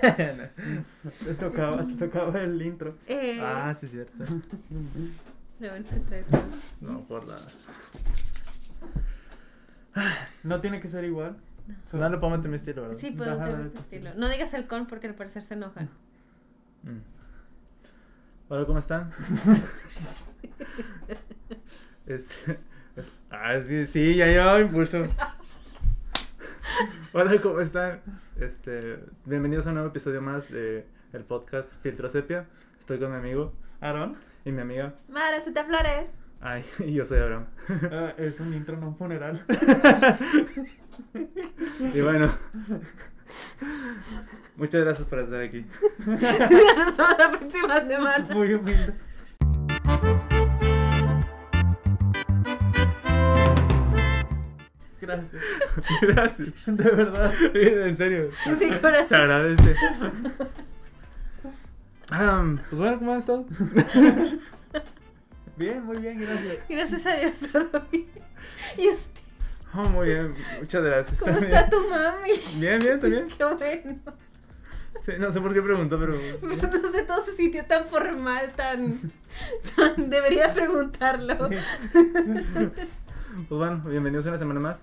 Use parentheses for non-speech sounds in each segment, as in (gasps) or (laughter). Te tocaba, te tocaba el intro. Eh, Ah, sí, es cierto. de buen secreto. No, por la. No tiene que ser igual. Solo- No le puedo meter mi estilo, ¿verdad? Sí, puedo Ajá, tener vale, ese sí. estilo. No digas halcón porque al parecer (laughs) se (laughs) enojan. Mm. Hola, ¿cómo están? Este- es- ah, sí, sí, ya llevaba impulso. Hola, ¿cómo están? Este, bienvenidos a un nuevo episodio más de el podcast Filtro Sepia. Estoy con mi amigo Aaron, y mi amiga. Madre, se (laughs) te flores. Ay, y yo soy Abraham. ah, es un intro, no un funeral. (laughs) Y bueno, muchas gracias por estar aquí. Nos vemos (laughs) la próxima semana. Muy humilde. Gracias. Gracias. De verdad. En serio. Mi Se (laughs) corazón. agradece. Ah, pues bueno, ¿cómo has estado? Bien, muy bien, gracias. Gracias a Dios todo bien. ¿Y usted? Oh, muy bien, muchas gracias. ¿Cómo también. está tu mami? Bien, bien, también. (laughs) Qué bueno. Sí, no sé por qué preguntó, pero. Entonces todo se sintió tan formal, tan... tan- Debería preguntarlo Pues bueno, bienvenidos una semana más.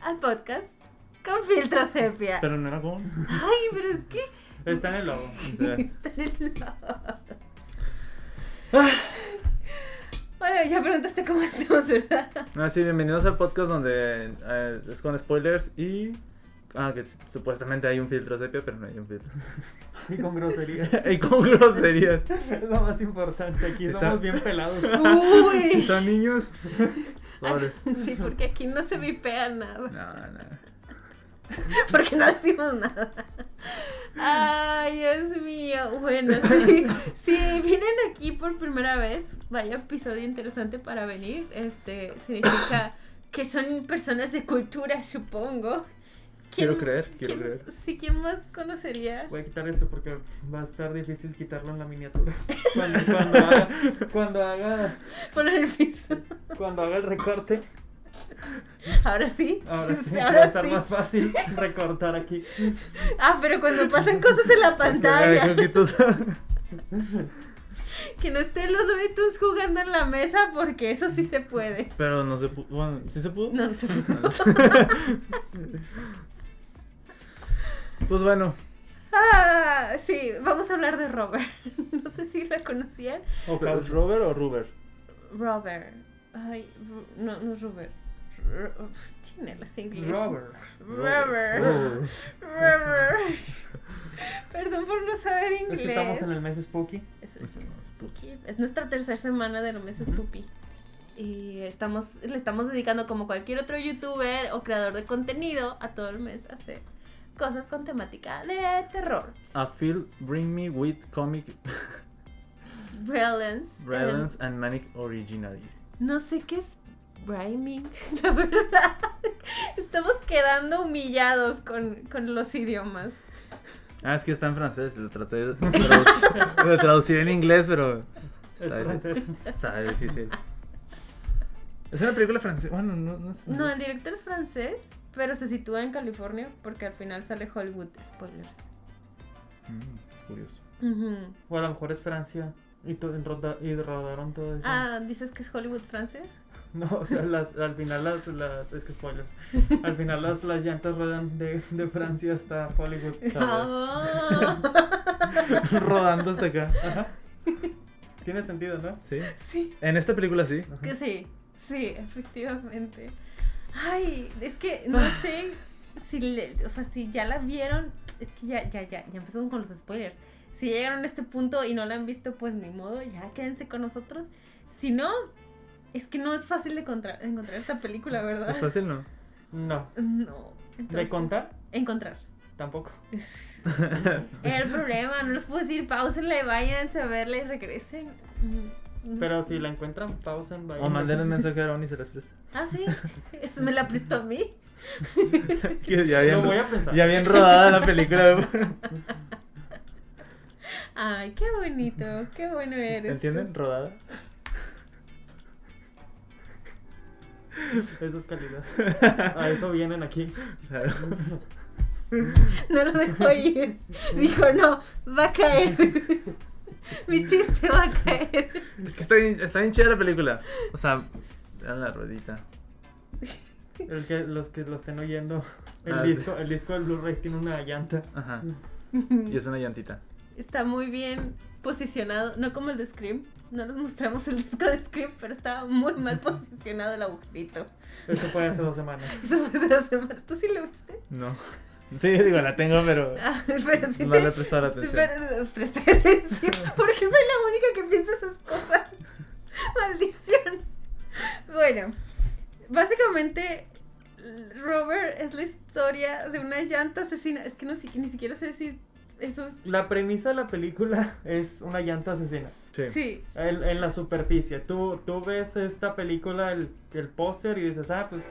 al podcast con filtro sepia. Pero no era como. Ay, pero es que... Está en el logo. Está en el lado. Ah. Bueno, ya preguntaste cómo estamos, ¿verdad? Ah, sí, bienvenidos al podcast donde eh, es con spoilers y. Ah, que supuestamente hay un filtro sepia, pero no hay un filtro. (laughs) Y con grosería. y con groserías. Es lo más importante. Aquí Esa- somos bien pelados. Uy. Si son niños. Pobres. Sí, porque aquí no se vipea nada. No, no. Porque no decimos nada. Ay, Dios mío. Bueno, sí, si vienen aquí por primera vez, vaya episodio interesante para venir. Este significa que son personas de cultura, supongo. Quiero ¿Quién- creer, quiero quién- creer. Sí, ¿quién más conocería? Voy a quitar esto porque va a estar difícil quitarlo en la miniatura. Cuando, cuando haga, cuando, haga, Por el piso. cuando haga el recorte, Ahora sí. (laughs) ahora sí va a Ahora estar sí. más (laughs) fácil recortar aquí. Ah, pero cuando pasan cosas (laughs) en la Creo pantalla. que todos- Que no estén los Doritos jugando en la mesa porque eso sí se puede. (laughs) Pero no se pudo. Bueno, ¿sí se pudo? No, no (laughs) se puede. (laughs) Pues bueno, Ah, sí, vamos a hablar de Robert. (laughs) No sé si la conocían. O ¿pero ¿es caucho. Robert o Ruber? Robert. Ay, Ru- no, no es Robert. Ru- ups, Chinelas inglés. Robert. Robert. Robert. Robert. (laughs) Perdón por no saber Es inglés. que estamos en el mes spooky. Es, es- spooky. Es nuestra tercera semana de los meses Ujú. Pupi. Y estamos, le estamos dedicando, como cualquier otro youtuber o creador de contenido, a todo el mes a hacer cosas con temática de terror. A Phil Bring Me With Comic (laughs) Brilliance. Relance and Manic Originality. No sé qué es rhyming, (laughs) la verdad. Estamos quedando humillados con, con los idiomas. Ah, es que está en francés, lo traté (laughs) de traducir, lo traducí en inglés, pero Es Está bien. francés. está difícil. Es una película francesa. Bueno, no, no es. No, el director es francés, pero se sitúa en California porque al final sale Hollywood. Spoilers. Mm, curioso. (laughs) Ujú. O a lo mejor es Francia. Y, to- y roda- y rodaron todo eso. Ah, ¿dices que es Hollywood francés? (laughs) No, o sea, las, al final las, las. Es que spoilers. Al final las, las llantas ruedan de, de Francia hasta Hollywood. Ah. Rodando hasta acá. Ajá. Tiene sentido, ¿no? Sí. sí, En esta película sí. (laughs) que sí, sí, efectivamente. Ay, es que no Ah. sé si, le- o sea, si ya la vieron, es que ya, ya, ya, ya empezamos con los spoilers. Si llegaron a este punto y no la han visto, pues ni modo, ya quédense con nosotros. Si no, es que no es fácil de encontrar, encontrar esta película, ¿verdad? Es fácil, ¿no? No. No. ¿De entonces- contar? Encontrar. Tampoco. El problema, no les puedo decir, pausenla y váyanse a verla y regresen. Mm, Pero si la encuentran, pausen. vayan. O (laughs) manden un mensaje a Aaron y se las presta. Ah, sí. Eso me la prestó a mí. Que ya Lo bien, voy a pensar. ya bien rodada la película. Ay, qué bonito, qué bueno eres. ¿Entienden? Rodada. (laughs) Eso es calidad. A eso vienen aquí. Claro. No lo dejó ir. Dijo, no, va a caer. (laughs) Mi chiste va a caer. Es que está bien, está bien chida la película. O sea, dan la ruedita. El que, los que lo estén (laughs) oyendo, el Ah, sí. disco, el disco del Blu-ray tiene una llanta. Ajá. Y es una llantita. Está muy bien posicionado, no como el de Scream. No les mostramos el disco de Scream, pero estaba muy mal posicionado el agujerito. Eso fue hace dos semanas. Eso fue hace dos semanas. ¿Tú sí lo viste? No. (laughs) Sí, digo, la tengo, pero Ah, pero sí no te- le he prestado la atención. Pero, presté atención, (laughs) porque soy la única que piensa esas cosas. (laughs) Maldición. Bueno, básicamente Robert es la historia de una llanta asesina. Es que no, si- ni siquiera sé decir eso. La premisa de la película (laughs) es una llanta asesina. Sí. Sí. En, en la superficie. Tú, tú ves esta película, el, el póster, y dices, ah, pues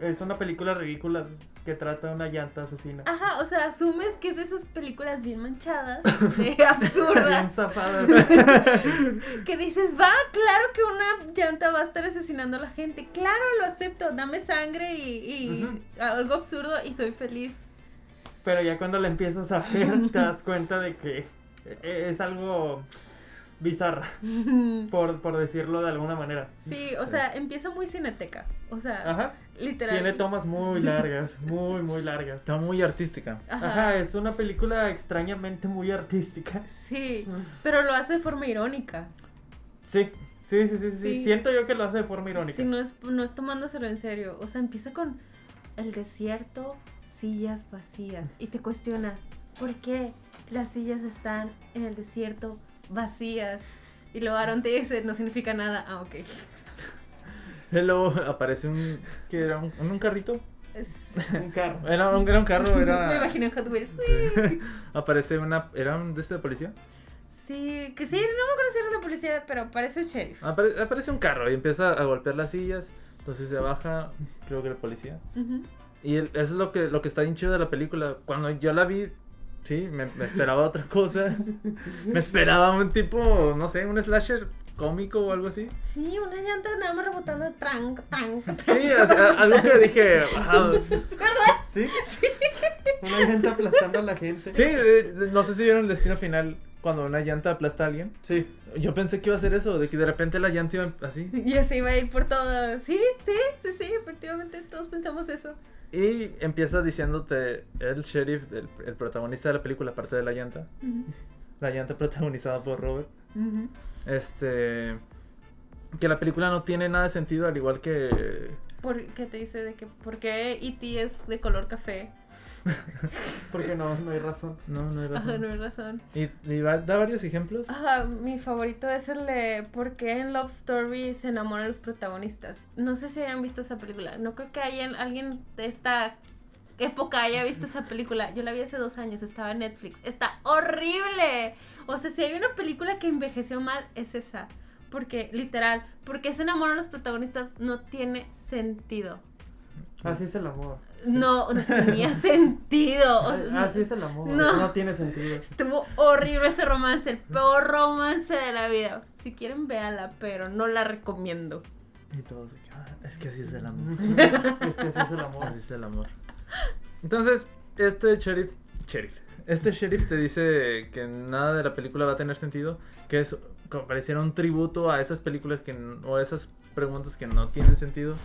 es una película ridícula que trata de una llanta asesina. (laughs) Ajá, o sea, asumes que es de esas películas (laughs) bien manchadas, de Bien absurdas, zafada. (laughs) que dices, va, claro que una llanta va a estar asesinando a la gente, claro, lo acepto, dame sangre y, y Ujú. algo absurdo y (laughs) soy feliz. Pero ya cuando la empiezas a ver, te das cuenta de que e- es algo bizarra, por, por decirlo de alguna manera. Sí, o Sí. sea, empieza muy cineteca. O sea, Ajá. literal. Tiene tomas muy largas, muy, muy largas. Está muy artística. Ajá. Ajá, es una película extrañamente muy artística. Sí, pero lo hace de forma irónica. Sí, sí, sí, sí, sí. Sí. Siento yo que lo hace de forma irónica. Sí, no es, no es tomándoselo en serio. O sea, empieza con el desierto, sillas vacías. Y te cuestionas, ¿por qué las sillas están en el desierto vacías? Y luego Aaron te dice, no significa nada. Ah, ok. Y Luego aparece un. ¿Qué era? ¿Un, un carrito? Es- Un carro. Era un, era un carro, era. (laughs) Me imagino en Hot Wheels. aparece una. ¿Era un de este de policía? (laughs) Sí, que sí, no me acuerdo si era una policía, pero parece un sheriff. Apare- aparece un carro y empieza a golpear las sillas. Entonces se baja, creo que el policía. Ujú. Y el- eso es lo que, lo que está bien chido de la película. Cuando yo la vi, sí, me, me esperaba otra cosa. me esperaba un tipo, no sé, un slasher cómico o algo así. Sí, una llanta nada más rebotando tranc, tranc, tranc. (laughs) Sí, o sea, algo que dije, wow. ¿eh? ¿Sí? (laughs) Una llanta aplastando a la gente. Sí, de- de- no sé si vieron el destino final cuando una llanta aplasta a alguien. Sí. Yo pensé que iba a ser eso, de que de repente la llanta iba así. Y así iba a ir por todo. Sí, sí, sí, sí, efectivamente, todos pensamos eso. Y empiezas diciéndote el sheriff, el, el protagonista de la película, aparte de la llanta. La llanta (laughs) protagonizada por Robert. Ujú. Este. Que la película no tiene nada de sentido, al igual que. ¿Por qué te dice de que por qué E.T. es de color café? Porque no, no hay razón. No, no hay Ajá, razón. no Ah. hay razón. Y, y va- da varios ejemplos. Ajá, mi favorito es el de por qué en Love Story se enamoran los protagonistas. No sé si hayan visto esa película. No creo que hayan, alguien de esta época haya visto esa película. Yo la vi hace dos años, estaba en Netflix. Está horrible. O sea, si hay una película que envejeció mal, es esa. Porque, literal, porque se enamoran los protagonistas no tiene sentido. Así es el amor. No, no tenía sentido. O sea, Así es el amor. No. No, tiene sentido. Estuvo horrible ese romance, el peor romance de la vida. Si quieren, véala, pero no la recomiendo. Y todos de que, "Ah, es que así es el (laughs) amor. es que así es el amor. Así es el amor. Entonces, este sheriff. Sheriff. Este sheriff te dice que nada de la película va a tener sentido. Que es como pareciera un tributo a esas películas que. n- o esas preguntas que no tienen sentido.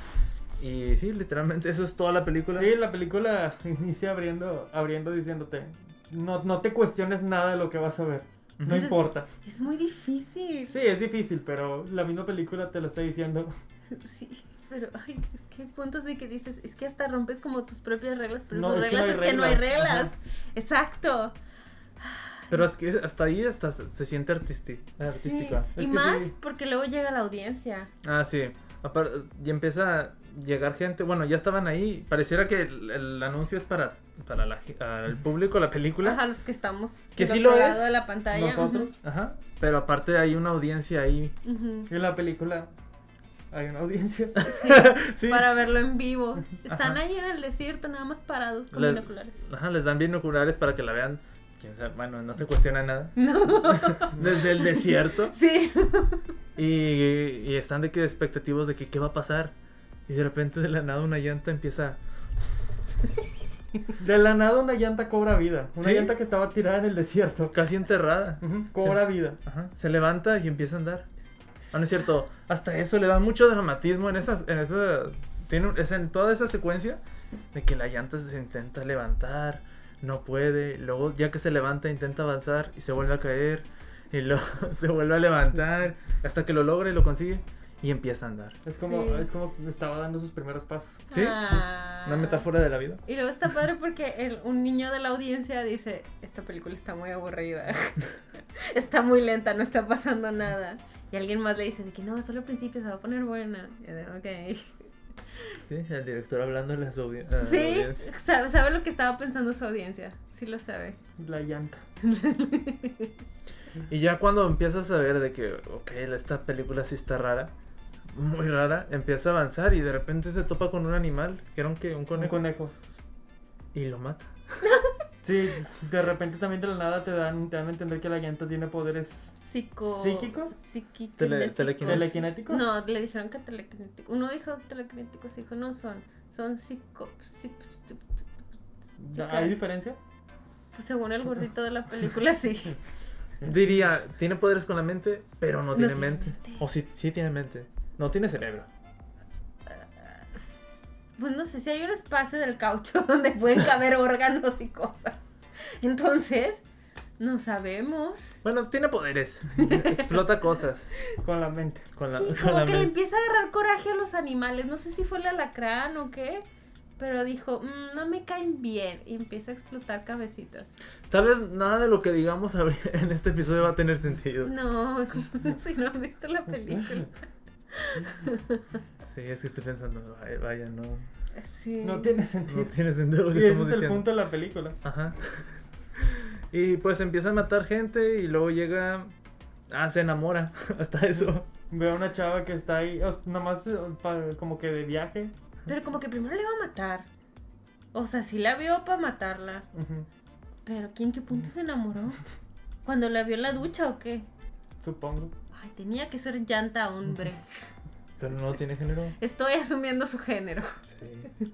Y sí, literalmente eso es toda la película. Sí, la película inicia abriendo, abriendo diciéndote, no, no te cuestiones nada de lo que vas a ver. No Ujú. importa. Es muy difícil. Sí, es difícil, pero la misma película te lo está diciendo. (laughs) Sí, pero ay, es que hay puntos de que dices, es que hasta rompes como tus propias reglas, pero No, sus es que no reglas hay es que no hay reglas. reglas. Ajá. Exacto. Pero es que hasta ahí hasta se se siente artisti- artística. Sí, Y Es que más sí. porque luego llega la audiencia. Ah, sí. Apar- Y empieza a llegar gente. Bueno, ya estaban ahí. Pareciera que el, el anuncio es para, para la ge- al público, la película. Ajá, los que estamos Que del sí otro lo lado es, de la pantalla. Nosotros. Ajá. Pero aparte hay una audiencia ahí. (laughs) Ujú, ujú. En la película hay una audiencia. Sí. Para verlo en vivo. Están Ajá. ahí en el desierto, nada más parados con Les- binoculares. (laughs) Ajá, les dan binoculares para que la vean. Quién sabe, bueno, no se cuestiona nada. No. Desde (laughs) el desierto. Sí. Y, y están de que expectativos de que qué va a pasar. Y de repente de la nada una llanta empieza. De la nada una llanta cobra vida. Una Sí. llanta que estaba tirada en el desierto. Casi enterrada. Ujú, Cobra Sí. vida. Ajá, Se levanta y empieza a andar. Ah, no es cierto. Hasta eso le da mucho dramatismo en esas, en esa, tiene, un- es en toda esa secuencia de que la llanta se intenta levantar, no puede, luego ya que se levanta intenta avanzar y se vuelve a caer y luego (laughs) se vuelve a levantar hasta que lo logra y lo consigue y empieza a andar. Es como, Sí. es como estaba dando sus primeros pasos. Sí, Ah. Una metáfora de la vida. Y luego está padre porque el- un niño de la audiencia dice, esta película está muy aburrida, (laughs) está muy lenta, no está pasando nada. Y alguien más le dice de que no, solo al principio se va a poner buena. Y yo de, ok. Sí, el director hablando a su audi- a la Sí, audiencia. sabe, sabe lo que estaba pensando su audiencia. Sí lo sabe. La llanta. Y ya cuando empiezas a ver de que, ok, esta película sí está rara, muy rara, empieza a avanzar y de repente se topa con un animal, que era un, que, un Un conejo, conejo. y lo mata. Sí, de repente también de la nada te dan, te dan a entender que la llanta tiene poderes Psico... ¿Psíquicos? psiquinéticos. Tele- telequinesis. telequinéticos. No, le dijeron que telequinéticos. Uno dijo telequinéticos, dijo no son. Son psico... psi- psi- psi- ¿Hay diferencia? Pues según el gordito de la película, (laughs) sí. Diría, tiene poderes con la mente, pero no No tiene tiene mente. mente. O sí, sí tiene mente. No (laughs) tiene cerebro. Pues no sé si hay un espacio del caucho (laughs) donde pueden caber órganos y cosas. Entonces, no sabemos. Bueno, (laughs) tiene poderes. Explota cosas. Con la mente. Con la, Sí, con como la que le mente. empieza a agarrar coraje a los animales. No sé si fue el alacrán o qué. Pero dijo, "Mm, no me caen bien. Y empieza a explotar cabecitas. Tal vez nada de lo que digamos habría- (laughs) en este episodio va a tener sentido. No, (laughs) como si no han visto la (laughs) película. Sí, es que estoy pensando, "Ay, vaya, no, (laughs) Sí. No tiene (laughs) no sentido. tiene sentido lo que y ese es estamos el diciendo. punto de la película. Ajá. Y pues empieza a matar gente y luego llega. Ah, se enamora. (laughs) Hasta eso. Veo a una chava que está ahí, o- nomás eh, pa- como que de viaje. Pero como que primero le iba a matar. O sea, sí la vio para matarla. Ujú. Pero ¿quién qué punto se enamoró? ¿Cuando la vio en la ducha o qué? Supongo. Ay, tenía que ser llanta, hombre. Pero no tiene género. Estoy asumiendo (laughs) su género. Sí.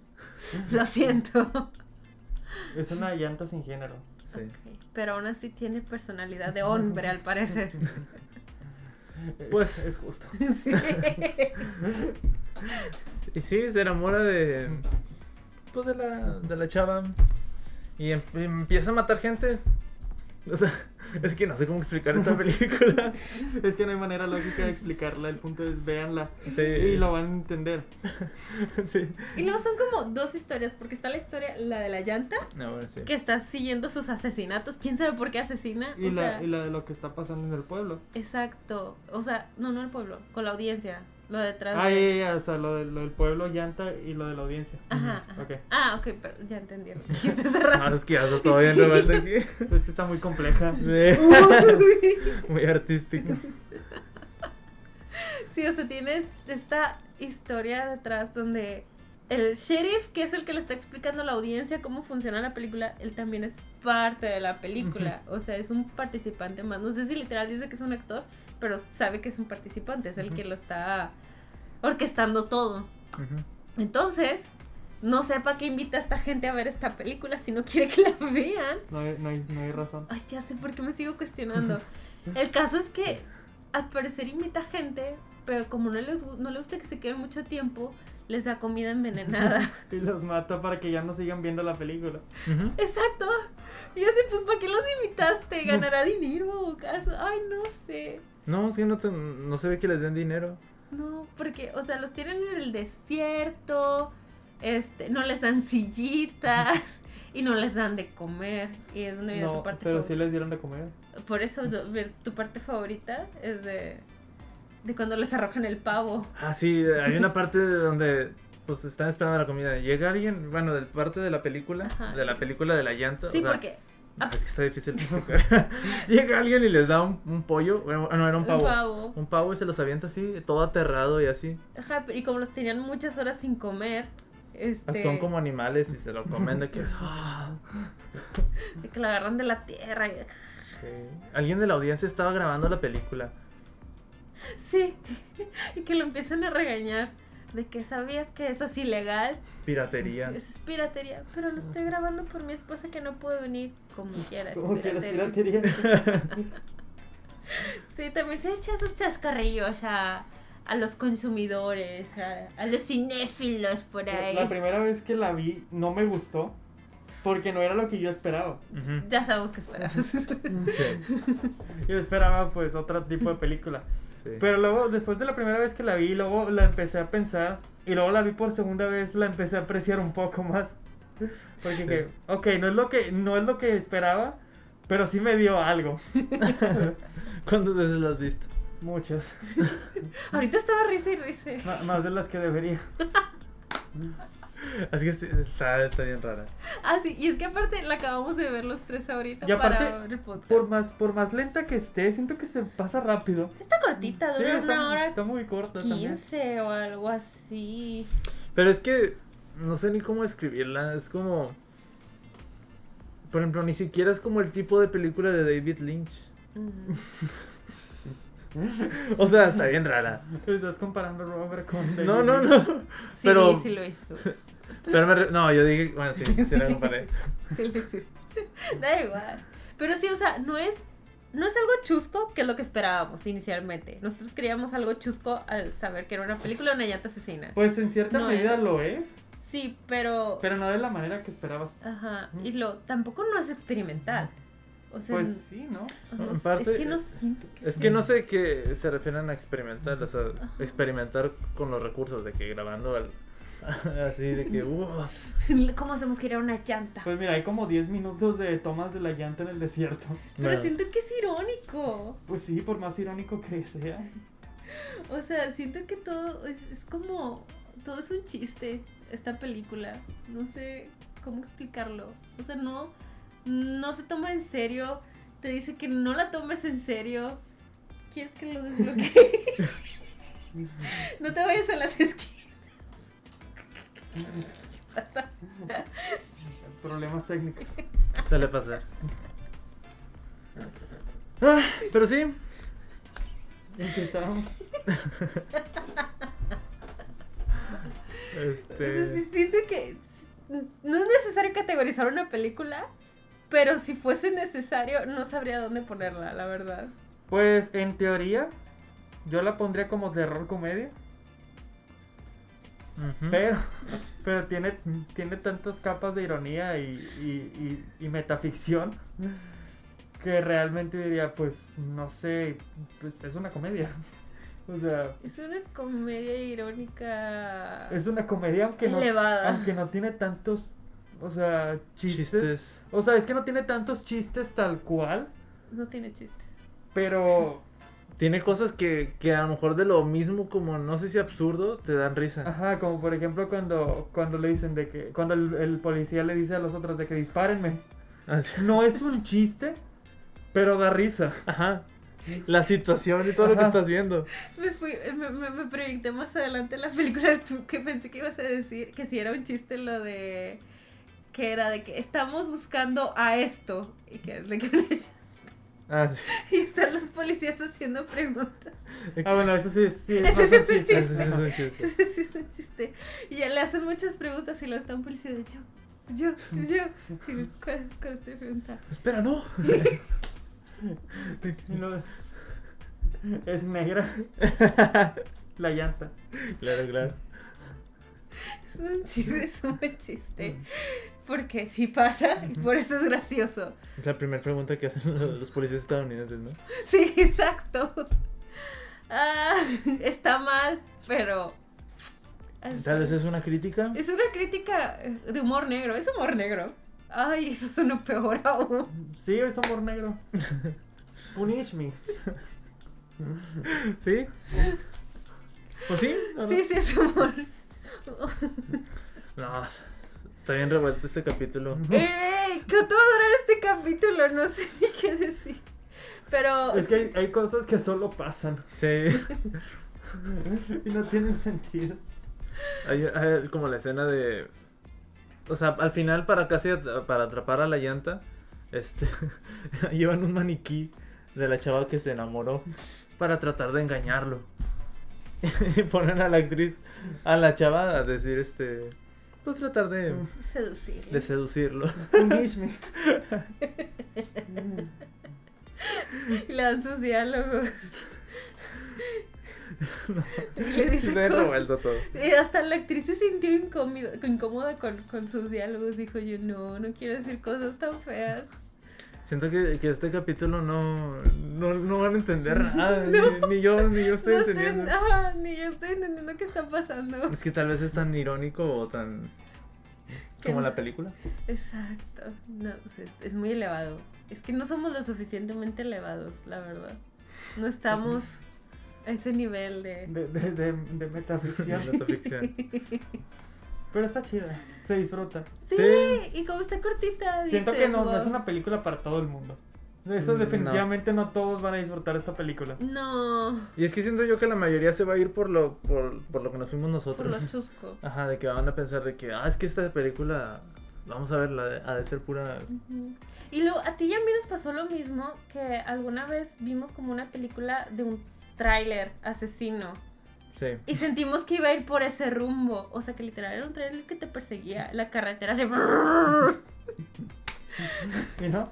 Lo siento. Es una llanta sin género. sí. Ok, Pero aún así tiene personalidad de hombre, (laughs) al parecer. Eh, Pues- es justo. (laughs) Sí. Y sí, se enamora de. em, Pues de la, de la chava. Y em- empieza a matar gente. O sea, (laughs) es que no sé cómo explicar esta (laughs) película. Es que no hay manera lógica de explicarla. El punto es véanla Sí. y lo van a entender. (laughs) Sí. Y luego son como dos historias, porque está la historia, la de la llanta, No, bueno, sí. que está siguiendo sus asesinatos. ¿Quién sabe por qué asesina? Y O la, sea, y la de lo que está pasando en el pueblo. Exacto. O sea, no, no el pueblo, con la audiencia. Lo detrás Ah, de... ya, ya, o sea, lo, de- lo del pueblo, llanta y lo de la audiencia. Ajá, Ujú, ajá. ok. Ah, ok, pero ya entendí. (laughs) lo que quise cerrar. Ah, es que ya está todo bien revuelto aquí. Es que está muy (laughs) compleja. Sí. (laughs) Uy. (laughs) Muy artístico. Sí, o sea, tienes esta historia detrás donde el sheriff, que es el que le está explicando a la audiencia cómo funciona la película, él también es parte de la película. O sea, es un participante más. No sé si literal dice que es un actor, pero sabe que es un participante, es el Ujú. que lo está orquestando todo. Ujú. Entonces, no sepa qué invita a esta gente a ver esta película si no quiere que la (laughs) vean. No hay, no hay, no hay razón. Ay, ya sé por qué me sigo (laughs) cuestionando. El caso es que al parecer invita gente, pero como no les, gu- no les gusta que se queden mucho tiempo, les da (laughs) comida envenenada. (laughs) Y los mata para que ya no sigan viendo la película. Ujú. Exacto. Y así, pues, ¿para qué los invitaste? ¿Ganará dinero o caso? Ay, no sé. No, es que no, te- no se ve que les den dinero. No, porque, o sea, los tienen en el desierto, este, no les (laughs) dan sillitas y no les dan de comer. Y es donde viene No, tu parte pero favorita. sí les dieron de comer. Por eso do- ver- tu parte favorita es de, de cuando les arrojan el pavo. Ah, sí, hay una parte de donde pues están esperando la comida. Llega alguien, bueno, del parte de la película, Ajá. de la película de la llanta. o Sí, sea, porque ah, pues. es que está difícil de explicar. (laughs) Llega alguien y les da un, un pollo, bueno, no, era un pavo. un pavo. Un pavo y se los avienta así, todo aterrado y así. Ajá, pero- y como los tenían muchas horas sin comer, este, Actúan como animales y se lo comen (laughs) de que... ah. de que lo agarran de la tierra. y- Sí. Alguien de la audiencia estaba grabando la película. (laughs) sí, y que lo empiezan a regañar. de que sabías que eso es ilegal, Piratería. eso es piratería, pero lo estoy grabando por mi esposa que no puede venir como quiera. es Como quieras, piratería. piratería. Sí, también se echa esos chascarrillos a, a los consumidores, a, a los cinéfilos por La- ahí. La primera vez que la vi no me gustó porque no era lo que yo esperaba. Ujú. Ya sabemos que esperamos. Sí, Yo esperaba pues otro tipo de película. sí. Pero luego, después de la primera vez que la vi, luego la empecé a pensar y luego la vi por segunda vez, la empecé a apreciar un poco más. Porque dije, ok, no es lo que, no es lo que esperaba, pero sí me dio algo. ¿Cuántas veces lo has visto? Muchas. (laughs) Ahorita estaba risa y risa. Ma- más de las que debería. Así que sí, está, está bien rara. Ah, sí, y es que aparte la acabamos de ver los tres ahorita Y aparte, para el podcast. Por más, por más lenta que esté, siento que se pasa rápido. Está cortita, Sí, dura una está, hora está muy corta también. 15 o algo así. (laughs) Pero es que no sé ni cómo escribirla. Es como. Por ejemplo, ni siquiera es como el tipo de película de David Lynch. Mm. O sea, está bien rara. Estás comparando a Robert con David No, no, Lynch. no. Sí, Pero- sí lo hizo. (laughs) Pero me re- No, yo dije. Bueno, sí, sí la comparé. Sí lo hizo. (laughs) da igual. Pero sí, o sea, no es, no es algo chusco que es lo que esperábamos inicialmente. Nosotros creíamos algo chusco al saber que era una película de una llanta asesina. Pues en cierta No eh. medida era. lo es, Sí, pero... pero no de la manera que esperabas. Ajá. Y lo, tampoco no es experimental. O sea, Pues sí, ¿no? no- en parte- es que no siento que... Es (laughs) que no sé qué se refieren a experimentar. O sea, experimentar con los recursos de que grabando al- (laughs) Así de que, uh, wow. (laughs) ¿Cómo hacemos que era una llanta? Pues mira, hay como 10 minutos de tomas de la llanta en el desierto. Pero Bueno. siento que es irónico. Pues sí, por más irónico que sea. (laughs) O sea, siento que todo es, es como. Todo es un chiste, esta película. No sé cómo explicarlo. O sea, no. No se toma en serio. Te dice que no la tomes en serio. ¿Quieres que lo desbloquee? (laughs) no te vayas a las esquinas. ¿Qué pasa? Problemas técnicos. Suele pasar. Ah, pero sí, ¿En qué estábamos? O sea, sí este. siento que s- no es necesario categorizar una película, pero si fuese necesario, no sabría dónde ponerla, la verdad. Pues en teoría, yo la pondría como terror comedia, ujú. pero, pero tiene, tiene tantas capas de ironía y, y- y- y metaficción que realmente diría, pues no sé, pues es una comedia. O sea, Es una comedia irónica es una comedia aunque no, elevada. aunque no tiene tantos, o sea, chistes. chistes. O sea, es que no tiene tantos chistes tal cual, No tiene chistes. pero... Tiene cosas que, que a lo mejor de lo mismo, como no sé si absurdo, te dan risa. Ajá, como por ejemplo cuando, cuando le dicen de que... Cuando el, el policía le dice a los otros de que dispárenme. Así- No es un chiste, pero da risa. Ajá. La situación y todo lo que Ajá. estás viendo. Me, fui, me, me- me proyecté más adelante en la película que pensé que ibas a decir que si era un chiste lo de que era de que estamos buscando a esto y que es de que una llanta, Ah, sí. (laughs) y están los policías haciendo preguntas. (laughs) Ah, bueno, eso sí, es- sí es Ese más es un un chiste. Ese sí es un chiste. Sí, es un chiste. Y ya le hacen muchas preguntas y lo están policía de yo, yo, yo. Y, ¿Cuál, cuál estoy preguntando? Espera, no. Y no- Es negra la llanta. (laughs) Claro, claro. Es un chiste, es un buen Mm. chiste. Porque sí pasa y por eso es gracioso. (laughs) Es la primera pregunta que hacen los los policías estadounidenses, ¿no? Sí, exacto. Ah, está mal, pero... Tal vez es una crítica. Es una crítica de humor negro, es humor negro. Ay, eso suena peor aún. Sí, es amor negro. Punish me. ¿Sí? ¿Pues sí? ¿O no? Sí, sí, (laughs) es humor. No, está bien revuelto este capítulo. Eh. ¡Ey! ¿Cuánto va a durar este capítulo? No sé ni qué decir. Pero. Es que hay, hay cosas que solo pasan Sí. y no tienen sentido. Hay, hay eh, como la escena de. O sea, al final, para casi at- para atrapar a la llanta, este, (laughs) llevan un maniquí de la chava que se enamoró para tratar de engañarlo. (laughs) y ponen a la actriz, a la chava, a decir este. Pues tratar de, Seducir. de seducirlo. Unirme. (laughs) Y le dan sus diálogos. Y (laughs) le Se (laughs) dice ve cosas. revuelto todo. Y Eh, hasta la actriz se sintió incómoda, incómoda con, con sus diálogos. Dijo yo, no, no quiero decir cosas tan feas. Siento que, que este capítulo no, no, no van a (laughs) entender nada. ni, ni yo, ni yo estoy No entendiendo. ajá, ni yo estoy entendiendo qué está pasando. Es que tal vez es tan irónico o tan. Que como no. la película. Exacto. No, es, es muy elevado. Es que no somos lo suficientemente elevados, la verdad. No estamos a ese nivel de... De, de, de, de metaficción. La ficción. Pero está chida. Se disfruta. (laughs) Sí, Sí. y como está cortita. Siento dice, que no, no "Wow". es una película para todo el mundo. Eso Mm, definitivamente no. todos van a disfrutar esta película. No, Y es que siento yo que la mayoría se va a ir por lo, por, por lo que nos fuimos por nosotros. lo chusco. Ajá, de que van a pensar de que, ah, es que esta película, vamos a verla, ha de ser pura... Ujú. Y luego, a ti y a mí nos pasó lo mismo que alguna vez vimos como una película de un tráiler asesino. Sí. Y sentimos que iba a ir por ese rumbo. O sea, que literal era un tráiler que te perseguía. La carretera (laughs) pues, se... ¿Y no?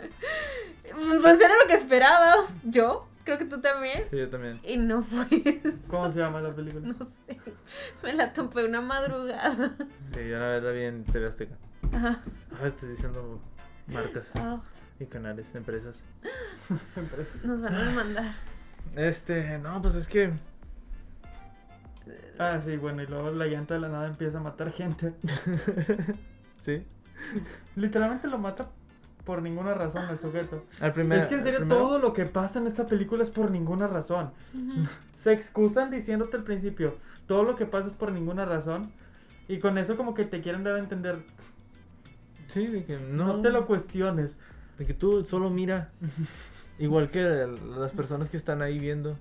Pues era lo que esperaba. Yo, creo que tú también. Sí, yo también. Y no fue (laughs) eso. ¿Cómo se llama la película? No sé. Me la topé una madrugada. Sí, yo la verdad vi en TV Azteca. Ajá. Ah, estoy diciendo marcas Ah, y canales, empresas. nos van a demandar. Este, no, pues es que... (laughs) Ah, sí, bueno, y luego la llanta de la nada empieza a matar gente. (laughs) sí. Literalmente lo mata por ninguna razón al sujeto. Al primer, es que en al serio primero- todo lo que pasa en esta película es por ninguna razón. Ujú. Se excusan diciéndote al principio, todo lo que pasa es por ninguna razón. Y con eso como que te quieren dar a entender, Sí, de que no... no te lo cuestiones. De que tú (laughs) solo mira. Igual que las personas que están ahí viendo.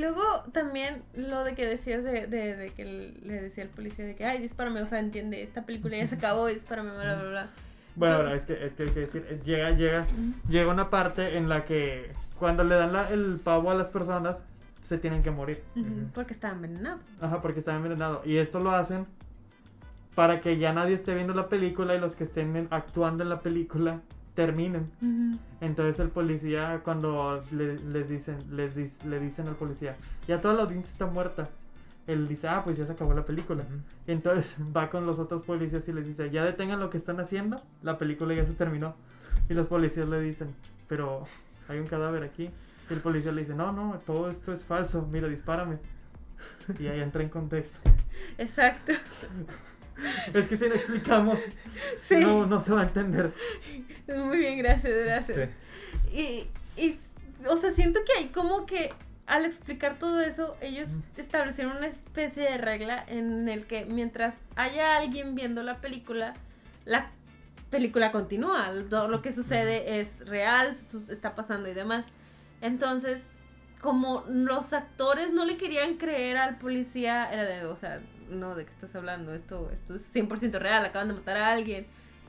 Luego también lo de que decías de, de- de que le decía al policía de que, ay, dispárame, o sea, entiende, esta película ya se acabó, dispárame, bla, bla, bla. Bueno, Yo- ahora, es que, es que hay que decir, eh, llega, llega, llega una parte en la que cuando le dan la- el pavo a las personas, se tienen que morir. Ujú, Porque estaba envenenado. Ajá, porque está envenenado. Y esto lo hacen para que ya nadie esté viendo la película y los que estén en- actuando en la película terminen. Ujú. Entonces el policía, cuando le- les dicen, les dis- le dicen al policía, ya toda la audiencia está muerta. Él dice, ah, pues ya se acabó la película. Entonces (laughs) va con los otros policías y les dice, ya detengan lo que están haciendo, la película ya se terminó. Y los policías le dicen, pero hay un cadáver aquí. Y el policía le dice, no, no, todo esto es falso, mira, dispárame. Y ahí entra en contexto. Exacto. (laughs) Es que si no explicamos, Sí. no, no se va a entender. Muy bien, gracias, Sí. gracias. Y, y, o sea, siento que hay como que al explicar todo eso, ellos establecieron una especie de regla en el que mientras haya alguien viendo la película, la película continúa, todo lo que sucede es real, su- está pasando y demás. Entonces, como los actores no le querían creer al policía, era de, o sea, no, ¿de qué estás hablando? Esto, esto es 100% real, acaban de matar a alguien.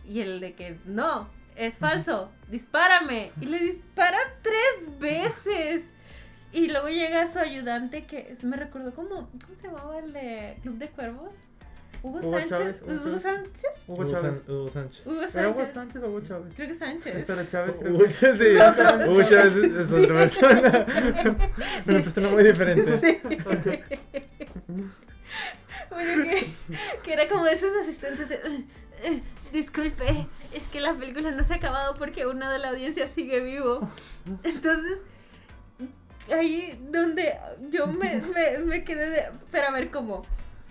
Y el de que, no, es falso, dispárame. Y le dispara tres veces. Y luego llega su ayudante que es- me recordó como, ¿cómo se llamaba el de Club de Cuervos? Hugo, Hugo Sánchez. Chávez, Hugo Hugo Chávez. Sánchez. Hugo Chávez. San- Hugo Sánchez. Pues, Hugo ¿Era Hugo Sánchez. Sánchez o Hugo Chávez? Creo que Sánchez. Esto (laughs) era Chávez, creo Hugo que. Chávez, sí, Otro. Hugo Chávez es, es otra persona. (laughs) Una pues, persona muy diferente. Sí. Bueno, que, que era como de esos asistentes de, "Eh, eh, Disculpe, es que la película no se ha acabado porque uno de la audiencia sigue vivo. Entonces, ahí donde yo me, me- me quedé de. Pero a ver cómo.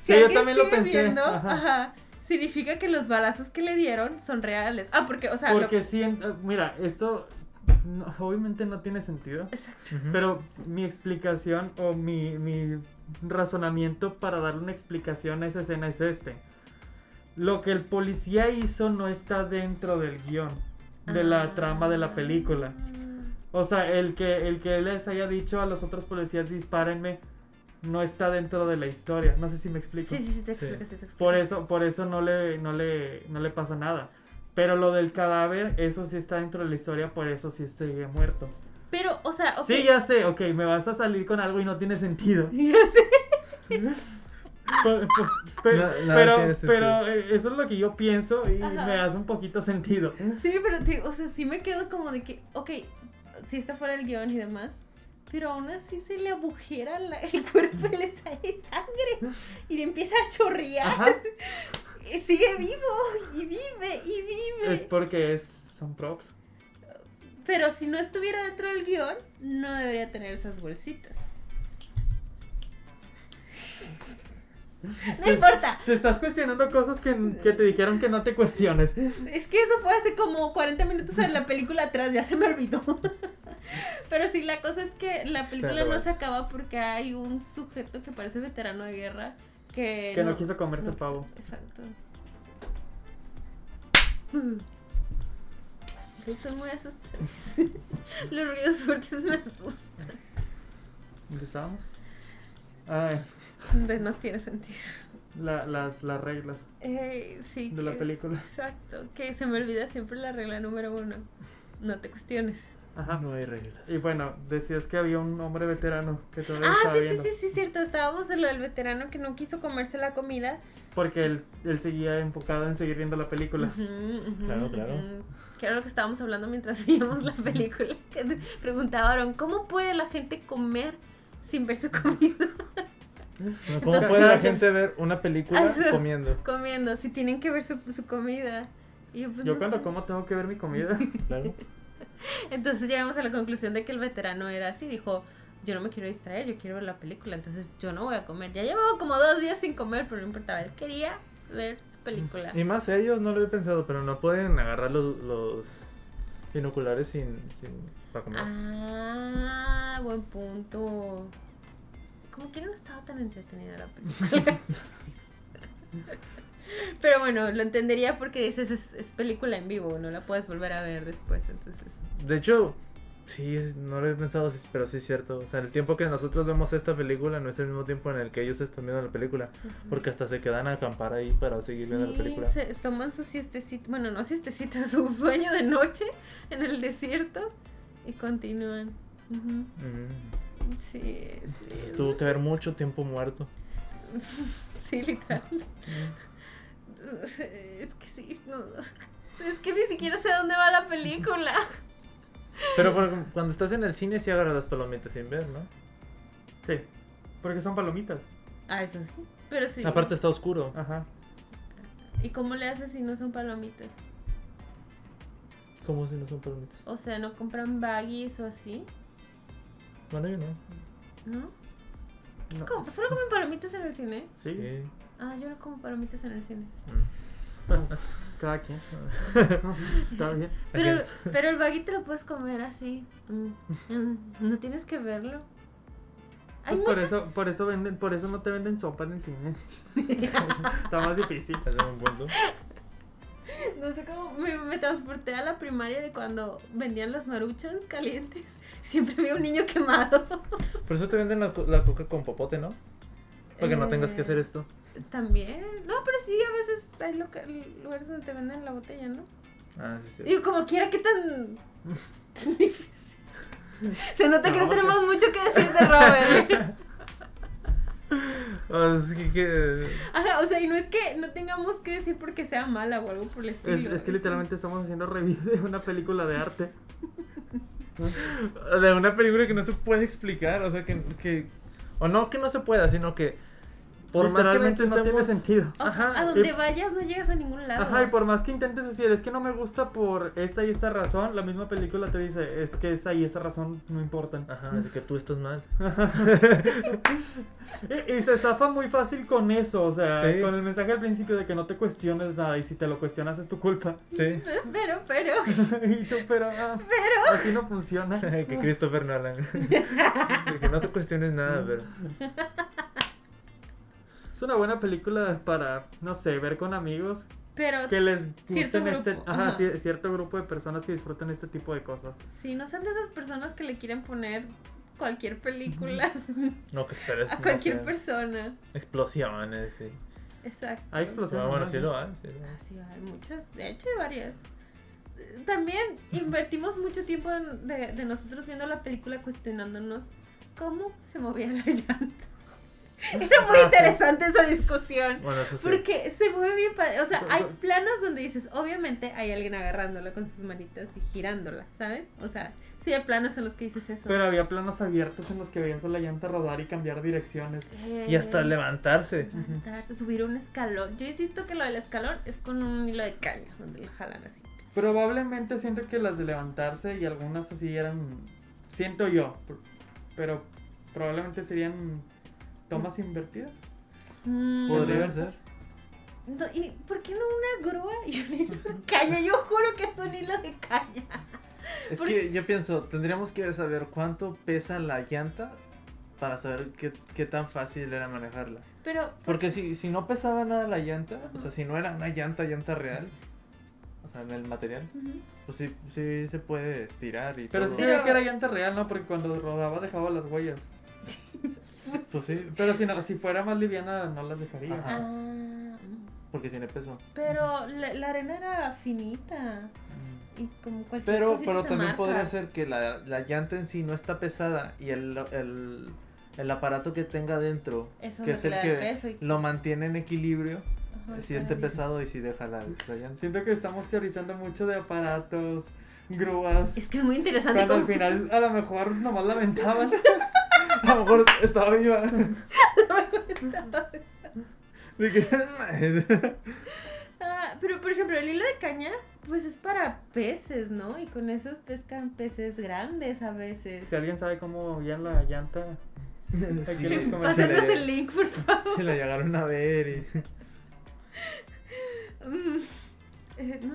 Sí, Si yo alguien también lo sigue pensé, viendo, ajá. ajá, significa que los balazos que le dieron son reales. Ah, porque, o sea. lo- Porque sí, en- eh, mira, esto no- obviamente no tiene sentido. Exacto. Ujú. Pero mi explicación o mi, mi razonamiento para darle una explicación a esa escena es este. Lo que el policía hizo no está dentro del guión, de Ah. la trama de la película. O sea, el que, el que les haya dicho a los otros policías dispárenme no está dentro de la historia. No sé si me explico. Sí, sí, sí, te Sí. explicas, sí, te explicas. Por eso, por eso no le, no le, no le pasa nada. Pero lo del cadáver, eso sí está dentro de la historia, por eso sí sigue muerto. Pero, o sea, ok. Sí, ya sé, ok, me vas a salir con algo y no tiene sentido. (laughs) Ya sé. Pero, pero, No, nada pero, tiene sentido. pero, eh, eso es lo que yo pienso y Ajá. me hace un poquito sentido. ¿Eh? Sí, pero, te- o sea, sí me quedo como de que, ok, si está fuera el guión y demás, pero aún así se le agujera la- el cuerpo y le sale sangre y le empieza a chorrear. (laughs) Ajá, Y sigue vivo y vive y vive. Ah. es porque es, son props. Pero si no estuviera dentro del guión, no debería tener esas (laughs) bolsitas. No importa. Te estás cuestionando cosas que, que te dijeron que no te cuestiones. Es que eso fue hace como 40 minutos en la película atrás, ya se me olvidó. (laughs) Pero sí, la cosa es que la Está película no raro. se acaba porque hay un sujeto que parece veterano de guerra que... Que no quiso comerse no quiso- pavo. (laughs) Exacto. Yo estoy muy asustada. (laughs) Los ruidos fuertes me asustan. ¿Dónde estábamos? Ay, De- No tiene sentido. la- las, las reglas Eh, sí. de la que- película. Exacto. Que se me olvida siempre la regla número uno. No te cuestiones. Ajá. No hay reglas. Y bueno, decías que había un hombre veterano que todavía Ah, estaba sí, sí, viendo. sí, sí, cierto. Estábamos en lo del veterano que no quiso comerse la comida. Porque él, él seguía enfocado en seguir viendo la película. Ujú, ujú, Claro, claro. ujú. Que era lo que estábamos hablando mientras (laughs) veíamos la película. Que te preguntaban, ¿cómo puede la gente comer sin ver su comida? (laughs) No, ¿Cómo Entonces- puede la gente ver una Ah, película eso. comiendo? Comiendo, si tienen que ver su, su comida. Y yo, pues, Yo no cuando sé. como tengo que ver mi comida. (laughs) Claro. Entonces llegamos a la conclusión de que el veterano era así. Dijo, yo no me quiero distraer, yo quiero ver la película, entonces yo no voy a comer. Ya llevaba como dos días sin comer, pero no importaba. Él quería ver su película. Y más ellos, no lo he pensado, pero no pueden agarrar los, los binoculares sin, sin, para comer. Ah, buen punto. Como que no estaba tan entretenida la película. Pero bueno, lo entendería porque dices es, es película en vivo, no la puedes volver a ver después, entonces. De hecho, sí, es- no lo he pensado, sí, pero sí es cierto. O sea, el tiempo que nosotros vemos esta película no es el mismo tiempo en el que ellos están viendo la película. Porque hasta se quedan a acampar ahí para seguir viendo la Sí, película. se toman su siestecita, bueno, no siestecita, (laughs) su sueño de noche en el desierto y continúan. Ujú. Mm. Sí, sí. Entonces, tuvo que haber mucho tiempo muerto. (laughs) Sí, literal. Es que sí, no. Es que ni siquiera sé dónde va la película. Pero por ejemplo, cuando estás en el cine sí agarras las palomitas sin ver, ¿no? Sí. Porque son palomitas. Ah, eso sí. Pero sí. Aparte está oscuro. Ajá. ¿Y cómo le haces si no son palomitas? ¿Cómo si no son palomitas? O sea, ¿no compran baggies o así? Bueno, yo no. ¿No? No. ¿Cómo? ¿Solo comen palomitas en el cine? Sí. Sí. Ah, yo no como palomitas en el cine. Mm. (laughs) Cada quien. (laughs) Está bien. Pero, pero el baggy te lo puedes comer así. (laughs) Mm, mm, No tienes que verlo. Hay Pues por muchas- eso, por eso venden, por eso no te venden sopa en el cine. (laughs) (laughs) Está más difícil. Ese es un punto. No sé cómo me, me transporté a la primaria de cuando vendían las maruchans calientes. (laughs) Siempre había un niño quemado. (laughs) Por eso te venden la, co- la coca con popote, ¿no? Para que no Eh, tengas que hacer esto. También. No, pero sí, a veces hay loca- lugares donde te venden la botella, ¿no? Ah, sí, sí. Digo, como quiera, (laughs) qué tan tan difícil. Se nota que no No, tenemos mucho que decir de Robert. (laughs) (laughs) Así Ah, que... Ajá, o sea, y no es que no tengamos que decir porque sea mala o algo por el estilo. Es, es que literalmente estamos haciendo review de una película de arte. de una película que no se puede explicar, o sea, que, que- o no que no se pueda, sino que por más que lo Literalmente no tiene intentemos- sentido. O sea, Ajá, a donde y- vayas no llegas a ningún lado. Ajá, y por más que intentes decir, es que no me gusta por esta y esta razón, la misma película te dice, es que esta y esa razón no importan. Ajá, así que tú estás mal. Y, y se zafa muy fácil con eso, o sea, Sí. con el mensaje al principio de que no te cuestiones nada y si te lo cuestionas es tu culpa. Sí. Pero, pero. y tú, pero, ah, así no funciona. (laughs) que Christopher (laughs) Nolan. De que no te cuestiones nada, pero Es una buena película para, no sé, ver con amigos Pero que les Cierto gusten este, grupo, ajá, ajá. cier- cierto grupo de personas que disfruten este tipo de cosas. Sí, no sean de esas personas que le quieren poner cualquier película no que esperes. (laughs) a no cualquier sé, persona. Explosiones, sí. Exacto. Hay explosiones. Ah, bueno, sí ¿no? lo hay. sí lo hay. Ah, sí, hay muchas. De hecho, hay varias. también invertimos mucho tiempo en- de, de nosotros viendo la película cuestionándonos cómo se movía la (laughs) llanta. Era muy Ah, sí. interesante esa discusión. Bueno, eso sí. Porque se mueve bien padre. O sea, Co- (laughs) hay co- planos donde dices, obviamente hay alguien agarrándola con sus manitas y girándola, ¿saben? O sea, sí hay planos en los que dices eso. Pero había planos abiertos en los que veías a la llanta rodar y cambiar direcciones. Y hasta Eh, levantarse. levantarse, subir un escalón. Yo insisto que lo del escalón es con un hilo de caña, donde lo jalan así. Probablemente siento que las de levantarse y algunas así eran. Siento yo. pr- Pero probablemente serían tomas invertidas. Mm, Podría ser. no, ¿Y por qué no una grúa y un hilo de caña? Yo juro que es un hilo de caña. Es Por- que yo pienso, tendríamos que saber cuánto pesa la llanta para saber qué, qué tan fácil era manejarla. Pero Porque si, si no pesaba nada la llanta, o sea, si no era una llanta, llanta real, o sea, en el material, ujú, pues sí, sí se puede estirar y Pero sí todo. se veía que era llanta real, ¿no? Porque cuando rodaba dejaba las huellas. Pues sí, Pero si, no, si fuera más liviana no las dejaría. Ajá. ah, porque tiene peso. pero la, la arena era finita. Mm. Y como cualquier Pero, cosita pero se también Pues marca. podría ser que la, la llanta en sí no está pesada y el, el, el aparato que tenga dentro, Eso que es es lo el que le da el que peso. Y... lo mantiene en equilibrio, Ajá, si esté ajá. pesado y si deja la, la llanta. Siento que estamos teorizando mucho de aparatos, grúas. Es que es muy interesante Cuando al cómo- final a lo mejor nomás (laughs) lamentaban. (laughs) A lo mejor estaba (laughs) viva. (laughs) De (laughs) que- Ah, pero por ejemplo, el hilo de caña, pues es para peces, ¿no? Y con eso pescan peces grandes a veces. Si alguien sabe cómo movían la llanta, Sí, que los sí, comentarios. Pásenos la- el link, por favor. sí la llegaron a ver y... Mm, eh, no,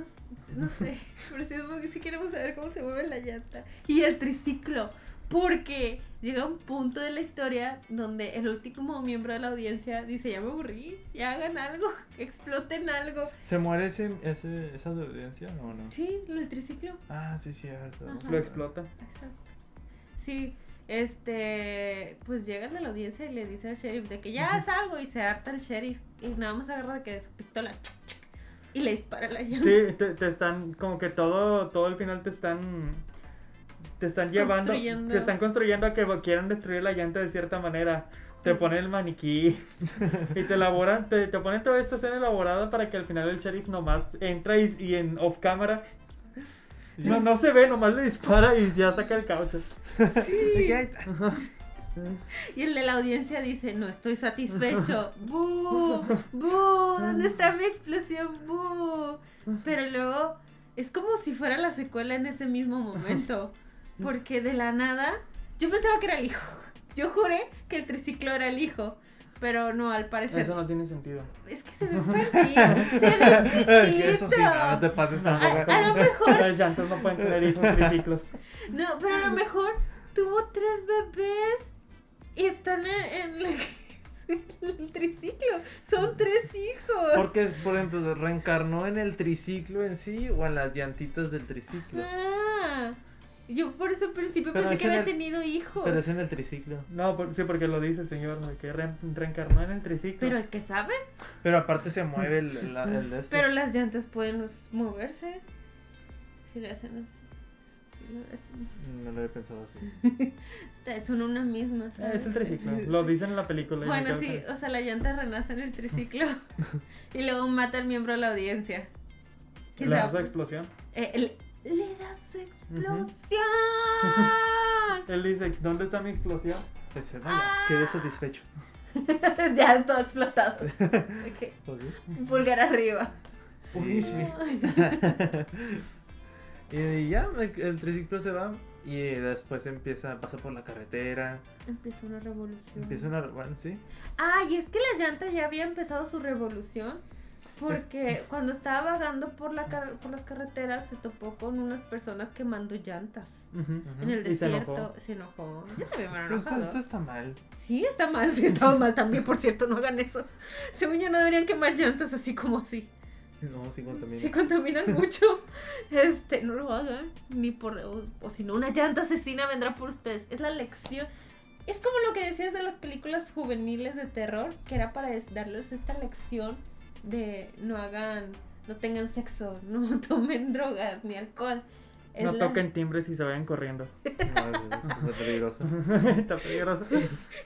no sé, (laughs) pero sí, es muy- sí queremos saber cómo se mueve la llanta. Y el triciclo, porque llega un punto de la historia donde el último miembro de la audiencia dice, ya me aburrí, ya hagan algo, (laughs) exploten algo. ¿Se muere ese, ese- esa audiencia o no? Sí, el triciclo. Ah, sí, cierto. Ajá. lo explota. Exacto. Sí, este, pues llega el de la audiencia y le dice al sheriff de que ya salgo y se harta el sheriff y nada más agarra de que su pistola y le dispara la llanta. (laughs) Sí, te, te están como que todo todo el final te están te están llevando, Construyendo. te están construyendo a que quieran destruir la llanta de cierta manera. Te ponen el maniquí (laughs) y te elaboran, te, te ponen toda esta escena elaborada para que al final el sheriff nomás entra y, y en off cámara no, no se ve, nomás le dispara y ya saca el caucho. Y el de la audiencia dice, no estoy satisfecho. ¡Bú! ¡Bú! ¿Dónde está mi explosión? ¡Bú! Pero luego es como si fuera la secuela en ese mismo momento. Porque de la nada, yo pensaba que era el hijo. Yo juré que el triciclo era el hijo. Pero no, al parecer. Eso no tiene sentido. Es que se ve perdido. (laughs) Se ve Que Eso sí, chiquito. no, no te pases a, tampoco. a lo (laughs) mejor. Las llantas no pueden tener (laughs) hijos triciclos. No, pero a lo mejor tuvo tres bebés y están en, en la- (laughs) el triciclo. Son tres hijos. Porque, por ejemplo, ¿se reencarnó en el triciclo en sí o en las llantitas del triciclo. Ah, yo por eso al principio Pero pensé es que en había el- tenido hijos. Pero es en el triciclo. No, por- sí, porque lo dice el señor, ¿no? que re- reencarnó en el triciclo. Pero el que sabe, Pero aparte se mueve el, la- el de este. pero las llantas pueden us- moverse. Si le hacen así. Si lo hacen No lo había pensado así. así. Son una misma. Ah, es ¿sabes? el triciclo, lo dicen en la película. y me quedo Bueno, sí, con- o sea, la llanta renace en (laughs) el triciclo y luego mata al miembro de la audiencia. Que La sea- famosa explosión. eh, el- ¡Le da su explosión! Él dice, ¿dónde está mi explosión? Dice, vaya, Ah. quedé satisfecho. (laughs) ya es (laughs) todo explotado. Ok, Pues sí. Pulgar arriba. Punish me. y (laughs) ya, el, el triciclo se va y después empieza, pasa por la carretera, Empieza una revolución. empieza una, bueno, sí, Ah, y es que la llanta ya había empezado su revolución. Porque cuando estaba vagando por, la car- por las carreteras se topó con unas personas quemando llantas. Ujú. Ujú. En el ¿Mm? Y se desierto enojó. Pues, se enojó. Yo también me Esto, había esto- enojado. esto está mal. Sí, está mal. Sí, estaba mal también, por cierto. No hagan eso. Según yo, no deberían quemar llantas así como así. No, sí contamina. Se contaminan mucho. Este, no lo hagan. Ni por. O, o si no, una llanta asesina vendrá por ustedes. Es la lección. Es como lo que decías de las películas juveniles de terror, que era para es- darles esta lección de no hagan no tengan sexo, (laughs) no tomen drogas ni alcohol. Es No la- toquen timbres y se vayan corriendo. No, es, es peligroso. (laughs) Está peligroso.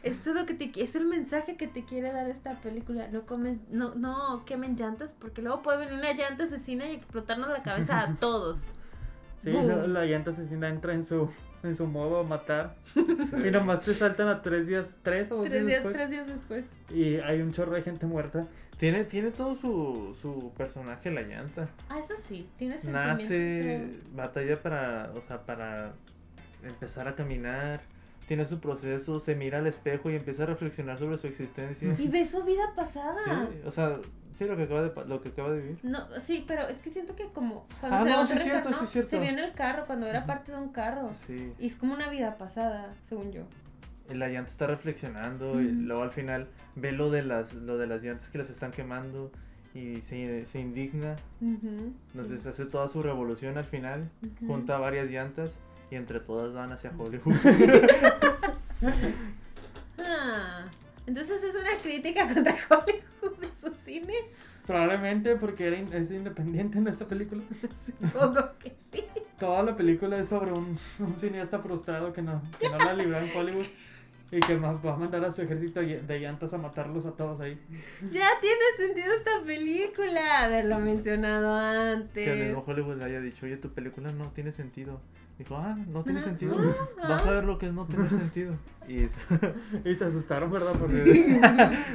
Esto es lo que te qui- es el mensaje que te quiere dar esta película. No comes, no, no quemen llantas, porque luego puede venir una llanta asesina y explotarnos la (laughs) cabeza a todos. Sí, Boom. no, la llanta asesina entra en su, en su modo matar. Y nomás te saltan a tres días, tres o dos días tres días, después. tres días después. Y hay un chorro de gente muerta. Tiene, tiene todo su, su personaje la llanta. Ah, eso sí, tiene sentimiento. Nace, batalla para, o sea, para empezar a caminar. Tiene su proceso, se mira al espejo y empieza a reflexionar sobre su existencia. Y ve su vida pasada. Sí, o sea, sí, lo que acaba de, pa- lo que acaba de vivir. No, sí, pero es que siento que como cuando Ah, se no, sí levantó es Ricardo, cierto, ¿no? sí es cierto. se vio en el carro cuando era Ujú. parte de un carro. Sí. Y es como una vida pasada, según yo. La llanta está reflexionando y Ujú. luego al final ve lo de las, lo de las llantas que las están quemando y se, se indigna. Ujú. Entonces hace toda su revolución al final, Ujú. junta varias llantas y entre todas van hacia Hollywood. (laughs) Ah, entonces es una crítica contra (laughs) Hollywood de su cine. Probablemente porque era in- es independiente en esta película. Supongo que sí. Toda la película es sobre un, un cineasta frustrado que no, que no la libró en Hollywood. Y que ma- va a mandar a su ejército ll- de llantas a matarlos a todos ahí. Ya tiene sentido esta película haberlo mencionado antes. Que el mismo Hollywood le haya dicho, oye, tu película no tiene sentido. Dijo, ah, no tiene Ah, sentido. ah, Vas ah. a ver lo que es no tener sentido. Y es- (laughs) Y se asustaron, ¿verdad? Porque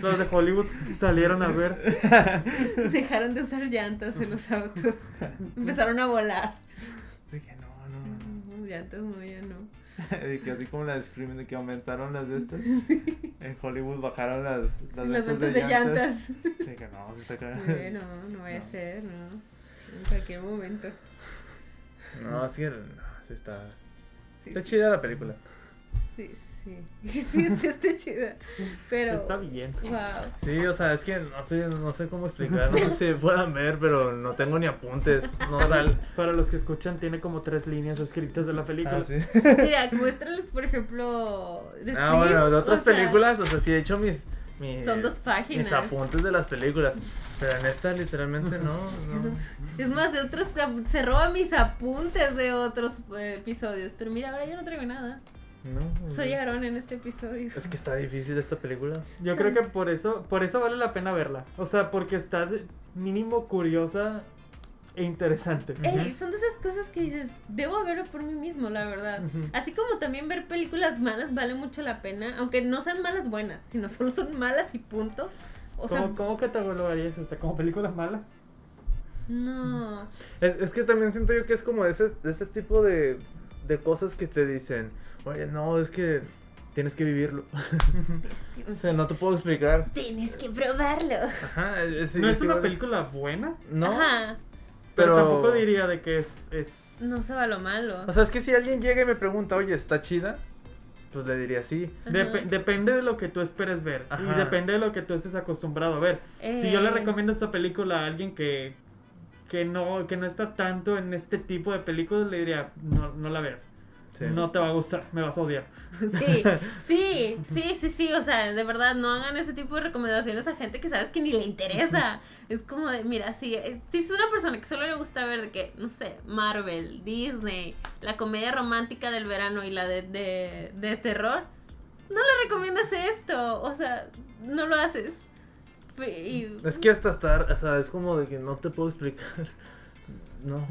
(laughs) los de Hollywood salieron a ver. (laughs) Dejaron de usar llantas en los autos. Empezaron a volar. Dije, no, no, no. No, Llantas no, ya no. (laughs) De que así como las Scream, de que aumentaron las de estas, en Hollywood bajaron las, las, Las ventas ventas de llantas. (laughs) Dije, no, se está cagando. Sí, no, no vaya a No. ser, no. En cualquier momento. No, así que, no, sí está. Sí, Está sí, chida la película. sí, (laughs) sí. Sí, sí, está chida. Pero. Está bien. Wow. Sí, o sea, es que no sé, no sé cómo explicar, no (laughs) sé si puedan ver, pero no tengo ni apuntes, (laughs) no sal. Para los que escuchan, tiene como tres líneas escritas de la película. Ah, sí. Mira, muéstrales, por ejemplo. (laughs) de Ah, Scream, bueno, de o otras sea, películas, o sea, sí he hecho mis, mis, Son dos páginas. mis apuntes de las películas, pero en esta literalmente (laughs) no. no. Es más, de otros se roba mis apuntes de otros eh, episodios. Pero mira, ahora yo no traigo nada. no, Soy no. Aaron en este episodio. Es que está difícil esta película. Yo creo que por eso, por eso vale la pena verla. O sea, porque está de- mínimo curiosa e interesante. Ey, Ujú. son de esas cosas que dices, debo verlo por mí mismo, la verdad. Ujú. Así como también ver películas malas vale mucho la pena, aunque no sean malas buenas, sino solo son malas y punto. O sea, ¿Cómo, ¿Cómo catalogarías esta? ¿Como película mala? (laughs) no. Es, es que también siento yo que es como ese, ese tipo de, de cosas que te dicen, oye, no, es que tienes que vivirlo. (laughs) o sea, no te puedo explicar. Tienes que probarlo. Ajá, es, no es una igual. película buena, No, Ajá. pero, Pero- tampoco diría de que es... es... No se va lo malo. o sea, es que si alguien llega y me pregunta, oye, ¿está chida? Pues le diría sí. Dep- Ajá. depende de lo que tú esperes ver y Ajá. depende de lo que tú estés acostumbrado a ver. Si yo le Eh, recomiendo esta película a alguien que, que, no, que no está tanto en este tipo de películas, le diría, no, no la veas. Sí. No te va a gustar, me vas a odiar. (laughs) Sí, sí, sí, sí, sí, o sea, de verdad, no hagan ese tipo de recomendaciones a gente que sabes que ni (laughs) le interesa. Es como de, mira, si, eh, si es una persona que solo le gusta ver de que, no sé, Marvel, Disney, la comedia romántica del verano y la de, de, de terror, no le recomiendas esto, o sea, no lo haces. Fe- Y, Es que hasta estar, o sea, es como de que no te puedo explicar. (laughs) No,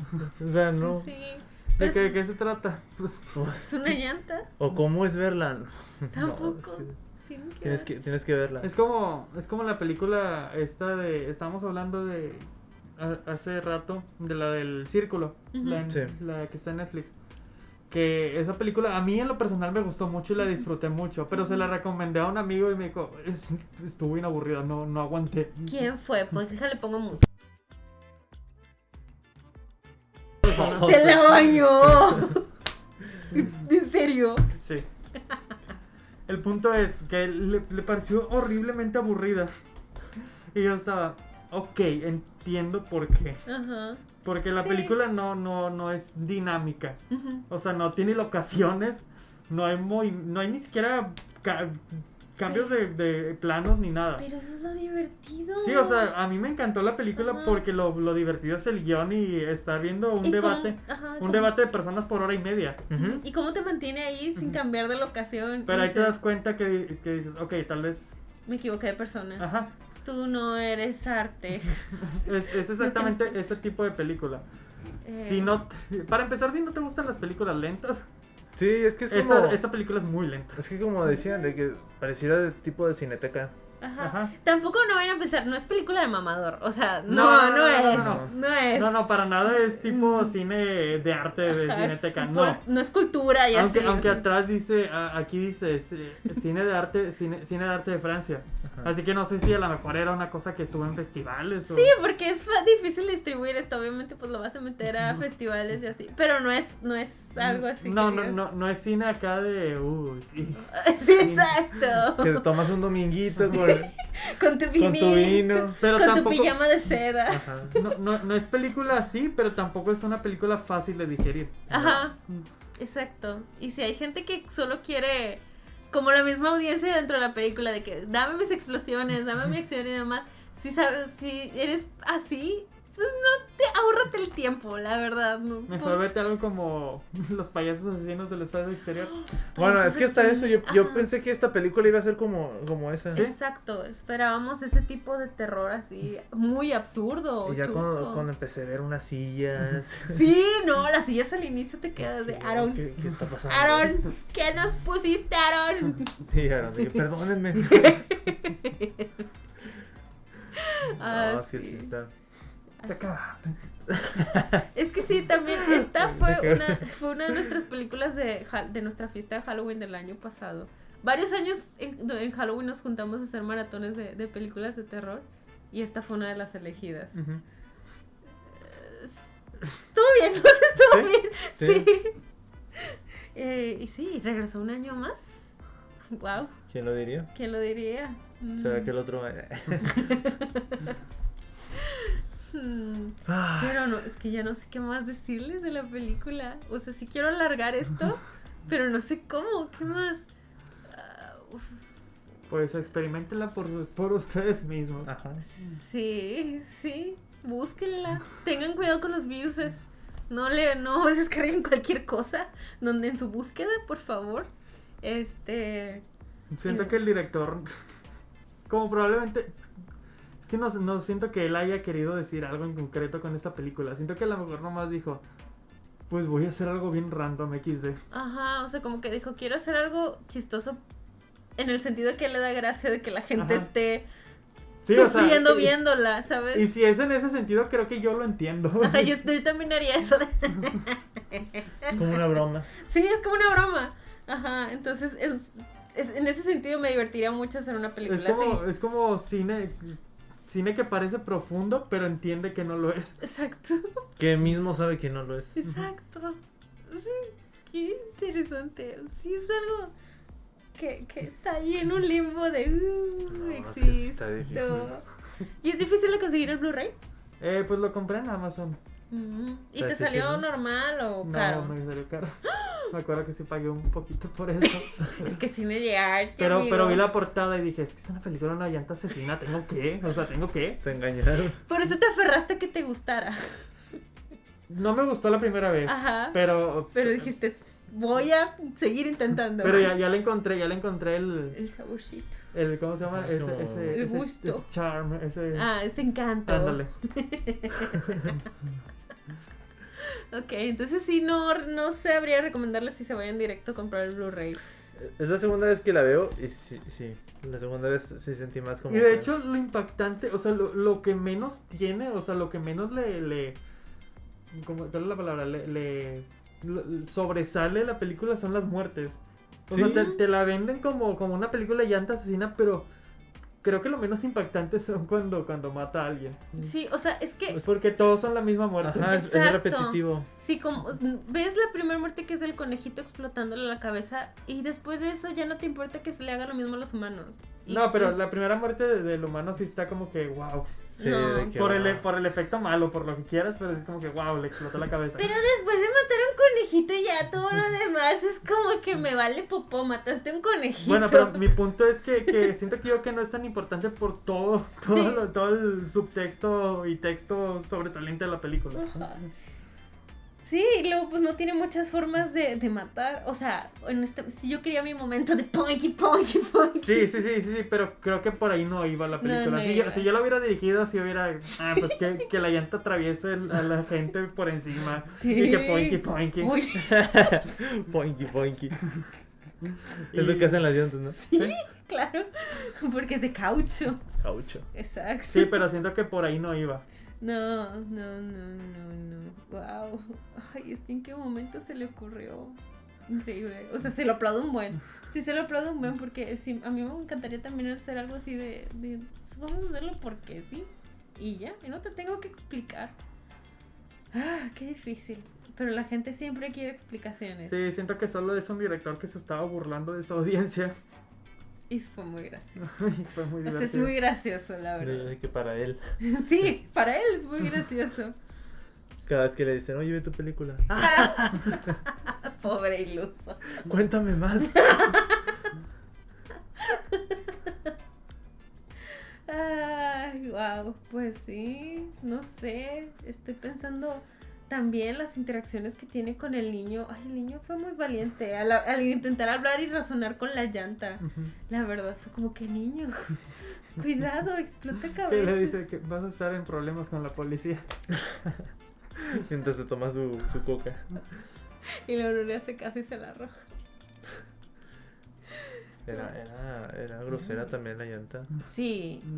o sea, no. Sí, ¿De pero qué, de es- qué se trata? Pues, es una llanta, O cómo es verla. (laughs) No, tampoco. sí. tienen que Tienes ver. que, tienes que verla. es como es como la película esta de estábamos hablando de a- hace rato de la del círculo, Ujú. la, en- Sí. la que está en Netflix. Que esa película a mí en lo personal me gustó mucho y la disfruté mucho, pero se la recomendé a un amigo y me dijo, "Es- estuvo bien aburrida, no no aguanté. ¿Quién fue? Pues déjale, pongo mucho. (laughs) O ¡Se sea, la (laughs) bañó! ¿En serio? Sí. (laughs) El punto es que le, le pareció horriblemente aburrida. Y yo estaba, ok, entiendo por qué. Ajá. Porque la Sí. película no, no, no es dinámica. Ujú. O sea, no tiene locaciones. No hay, movi- no hay ni siquiera ca- cambios de, de planos ni nada. Pero eso es lo divertido. Sí, o sea, a mí me encantó la película Ajá. porque lo, lo divertido es el guión y estar viendo un Y cómo- debate. ajá, Un cómo- debate de personas por hora y media. Ujú. ¿Y cómo te mantiene ahí sin Ujú. cambiar de locación? Pero Y ahí te dices, das cuenta que, que dices, ok, tal vez. Me equivoqué de persona. Ajá. Tú no (laughs) eres arte. Es, es exactamente ese tipo de película. Si Eh, no, te- para empezar, si no te gustan las películas lentas, Sí, es que es como. esta, esta película es muy lenta. Es que como decían, de que pareciera de tipo de cineteca. Ajá. Ajá. Tampoco no vayan a pensar, no es película de mamador. O sea, no, No, no, no, no, no, es. no, No, no. es. No, no, para nada es tipo Mm. cine de arte de Ajá, cineteca, es no. por- No es cultura y Aunque, así. aunque atrás dice, a- aquí dice c- cine de arte, cine, cine de arte de Francia. Ajá. Así que no sé si a lo mejor era una cosa que estuvo en festivales o... Sí, porque es fa- difícil distribuir esto. Obviamente, pues lo vas a meter a Ujú. festivales y así. Pero no es, no es algo así. que No, no, digas- no, no es cine acá de... Uh, sí. (laughs) Sí, exacto. Que te tomas un dominguito con, (laughs) Con tu con tu vinil. vino. Pero con tampoco... tu pijama de seda. Ajá. No, no, no es película así, pero tampoco es una película fácil de digerir. Mm, Ajá. Exacto. Y si hay gente que solo quiere, como la misma audiencia dentro de la película, de que dame mis explosiones, dame mi acción y demás, si sabes, si eres así, pues no te ahórrate el tiempo, la verdad. No, Mejor vete algo como (laughs) los payasos asesinos del espacio exterior. Pues Bueno, es que está eso. Yo, yo Ajá. pensé que esta película iba a ser como, como esa. Sí. Exacto, esperábamos ese tipo de terror así, muy absurdo. Y ya cuando, chusco. cuando empecé a ver unas sillas. (laughs) (laughs) Sí, no, las sillas al inicio te quedas de ¿Qué- Aaron. ¿Qué, qué está pasando? (laughs) Aaron, ¿qué nos pusiste, Aaron? Y Aaron, de que, (laughs) perdónenme. (laughs) Ah, no, es que sí sí. está. Te acaba. Es que sí, también esta De fue que- una, fue una de nuestras películas de, Ha- de nuestra fiesta de Halloween del año pasado. Varios años en, en Halloween nos juntamos a hacer maratones de, de películas de terror y esta fue una de las elegidas. Ujú. Eh, Estuvo bien, (laughs) no ¿Sí? sé, estuvo Sí. bien. Sí. Eh, y sí, regresó un año más. Wow, ¿Quién lo diría? ¿quién lo diría? Mm. ¿Será que el otro.? (laughs) Mm. Ah, Pero no, es que ya no sé qué más decirles de la película. O sea, sí quiero (laughs) alargar esto, pero no sé cómo, qué más. Ah, uf, Pues experimentenla por, sus- por ustedes mismos. Ajá. sí, sí, búsquenla. Tengan cuidado con los virus. No le, no (laughs) descarguen cualquier cosa donde en su búsqueda, por favor. Este, Siento que el director, (laughs) como probablemente, es que no, no siento que él haya querido decir algo en concreto con esta película. Siento que a lo mejor nomás dijo, pues voy a hacer algo bien random XD. ajá, o sea, como que dijo, quiero hacer algo chistoso en el sentido que le da gracia de que la gente Ajá. esté Sí, o sea, sufriendo y- viéndola, ¿sabes? Y pues, si es en ese sentido, creo que yo lo entiendo. (laughs) Ajá, yo, yo también haría eso. de- (laughs) Es como una broma. Sí, es como una broma. Ajá, entonces es- es- en ese sentido me divertiría mucho hacer una película es, como, así. es como cine, cine que parece profundo, pero entiende que no lo es. Exacto, (laughs) Que mismo sabe que no lo es. exacto. Sí, qué interesante. Sí, es algo que, que está ahí en un limbo de... Uh, No, es que sí existo. está difícil. ¿Y es difícil de conseguir el Blu-ray? Eh, pues lo compré en Amazon. Ujú. ¿Y Está te salió difícil, ¿no? normal o No, Oh, caro? me salió (gasps) caro. Me acuerdo que sí pagué un poquito por (laughs) eso. Es que cine de arte, Pero, amigo. pero vi la portada y dije, es que es una película de una llanta asesina, tengo que, o sea, tengo que. Te engañaron. Por eso te aferraste a que te gustara. No me gustó la primera vez, Ajá. pero... Pero dijiste, voy a seguir intentando. Pero ya, ya le encontré, ya le encontré el, El saborcito. el ¿cómo se llama? Eso. Ese, ese, El ese- gusto. ese charm, ese... Ah, ese encanto. Ándale. Ok, entonces sí, no, no sabría recomendarles si se vayan directo a comprar el Blu-ray. Es la segunda vez que la veo y sí, sí. La segunda vez sí sentí más como. Y de que- hecho, lo impactante, o sea, lo, lo que menos tiene, o sea, lo que menos le... le ¿Cómo cuál es la palabra? Le, le- lo- sobresale la película son las muertes. O Sí. sea, te, te la venden como, como una película de llanta asesina, pero creo que lo menos impactante son cuando, cuando mata a alguien. Sí, o sea, es que Mm. Pues porque todos son la misma muerte. Ajá, es, es Exacto. repetitivo. sí, como ves la primera muerte que es del conejito explotándole la cabeza y después de eso ya no te importa que se le haga lo mismo a los humanos. Y- No, pero y- la primera muerte de- del humano sí está como que, wow. Sí, No. de que, Por el, ah, por el efecto malo, por lo que quieras, pero es como que, wow, le explotó la cabeza. Pero después de matar a un conejito ya todo lo demás es como que me vale popó, mataste a un conejito. (laughs) Bueno, pero mi punto es que, que siento que yo que no es tan importante por todo, todo, Sí. lo- todo el subtexto y texto sobresaliente de la película. Ajá. Sí, y luego pues no tiene muchas formas de, de matar. O sea, en este- si yo quería mi momento de punky, punky, punky. Sí, sí, sí, sí, sí, pero creo que por ahí no iba la película. no si, iba. Yo, si yo la hubiera dirigido, si hubiera. Ah, pues que, que la llanta atraviese el- a la gente por encima. Y que Sí. poinky, poinky. Uy, (laughs) (laughs) Poinky, poinky. Y- Es lo que hacen las llantas, ¿no? ¿sí? claro, porque es de caucho. Caucho. Exacto. Sí, pero siento que por ahí no iba. No, no, no, no, no. Wow. Ay, es que en qué momento se le ocurrió. Increíble. O sea, se lo aplaudo un buen. Sí, se lo aplaudo un buen porque sí, a mí me encantaría también hacer algo así de, de, pues, Vamos a hacerlo porque sí. Y ya, y no te tengo que explicar. Ah, qué difícil. Pero la gente siempre quiere explicaciones. Sí, siento que solo es un director que se estaba burlando de su audiencia. (laughs) Y fue muy gracioso. Y fue muy O sea, es divertido. muy gracioso, la Pero yo verdad. sé que para él, Sí, para él es muy (laughs) gracioso. cada vez que le dicen, oye, ve tu película, "Ah, Pobre iluso. (laughs) cuéntame más. Ay, wow, pues sí, no sé, estoy pensando también las interacciones que tiene con el niño. Ay, el niño fue muy valiente al, al intentar hablar y razonar con la llanta. Ujú. La verdad fue como (laughs) que niño, cuidado, explota Que cabezas. le dice que vas a estar en problemas con la policía. (laughs) Mientras se toma su, su coca. Y luego no le hace caso y se la arroja. Era, era, era grosera también la llanta. Sí. Mm.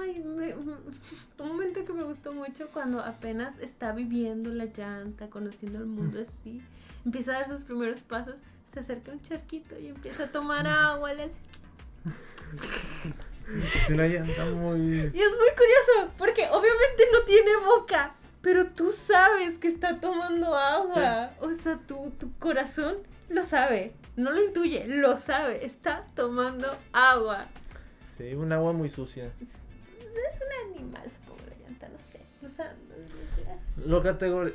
Ay, me- mm, (laughs) un momento que me gustó mucho cuando apenas está viviendo la llanta, conociendo el mundo así, empieza a dar sus primeros pasos, se acerca a un charquito y empieza a tomar agua. le hace- Es una llanta muy... Y es muy curioso, porque obviamente no tiene boca, pero tú sabes que está tomando agua. O sea, tu, tu corazón lo sabe, no lo intuye, lo sabe, está tomando agua. Sí, un agua muy sucia. Es un animal, supongo, la llanta, no sé. O sea, no- no- Lo categori-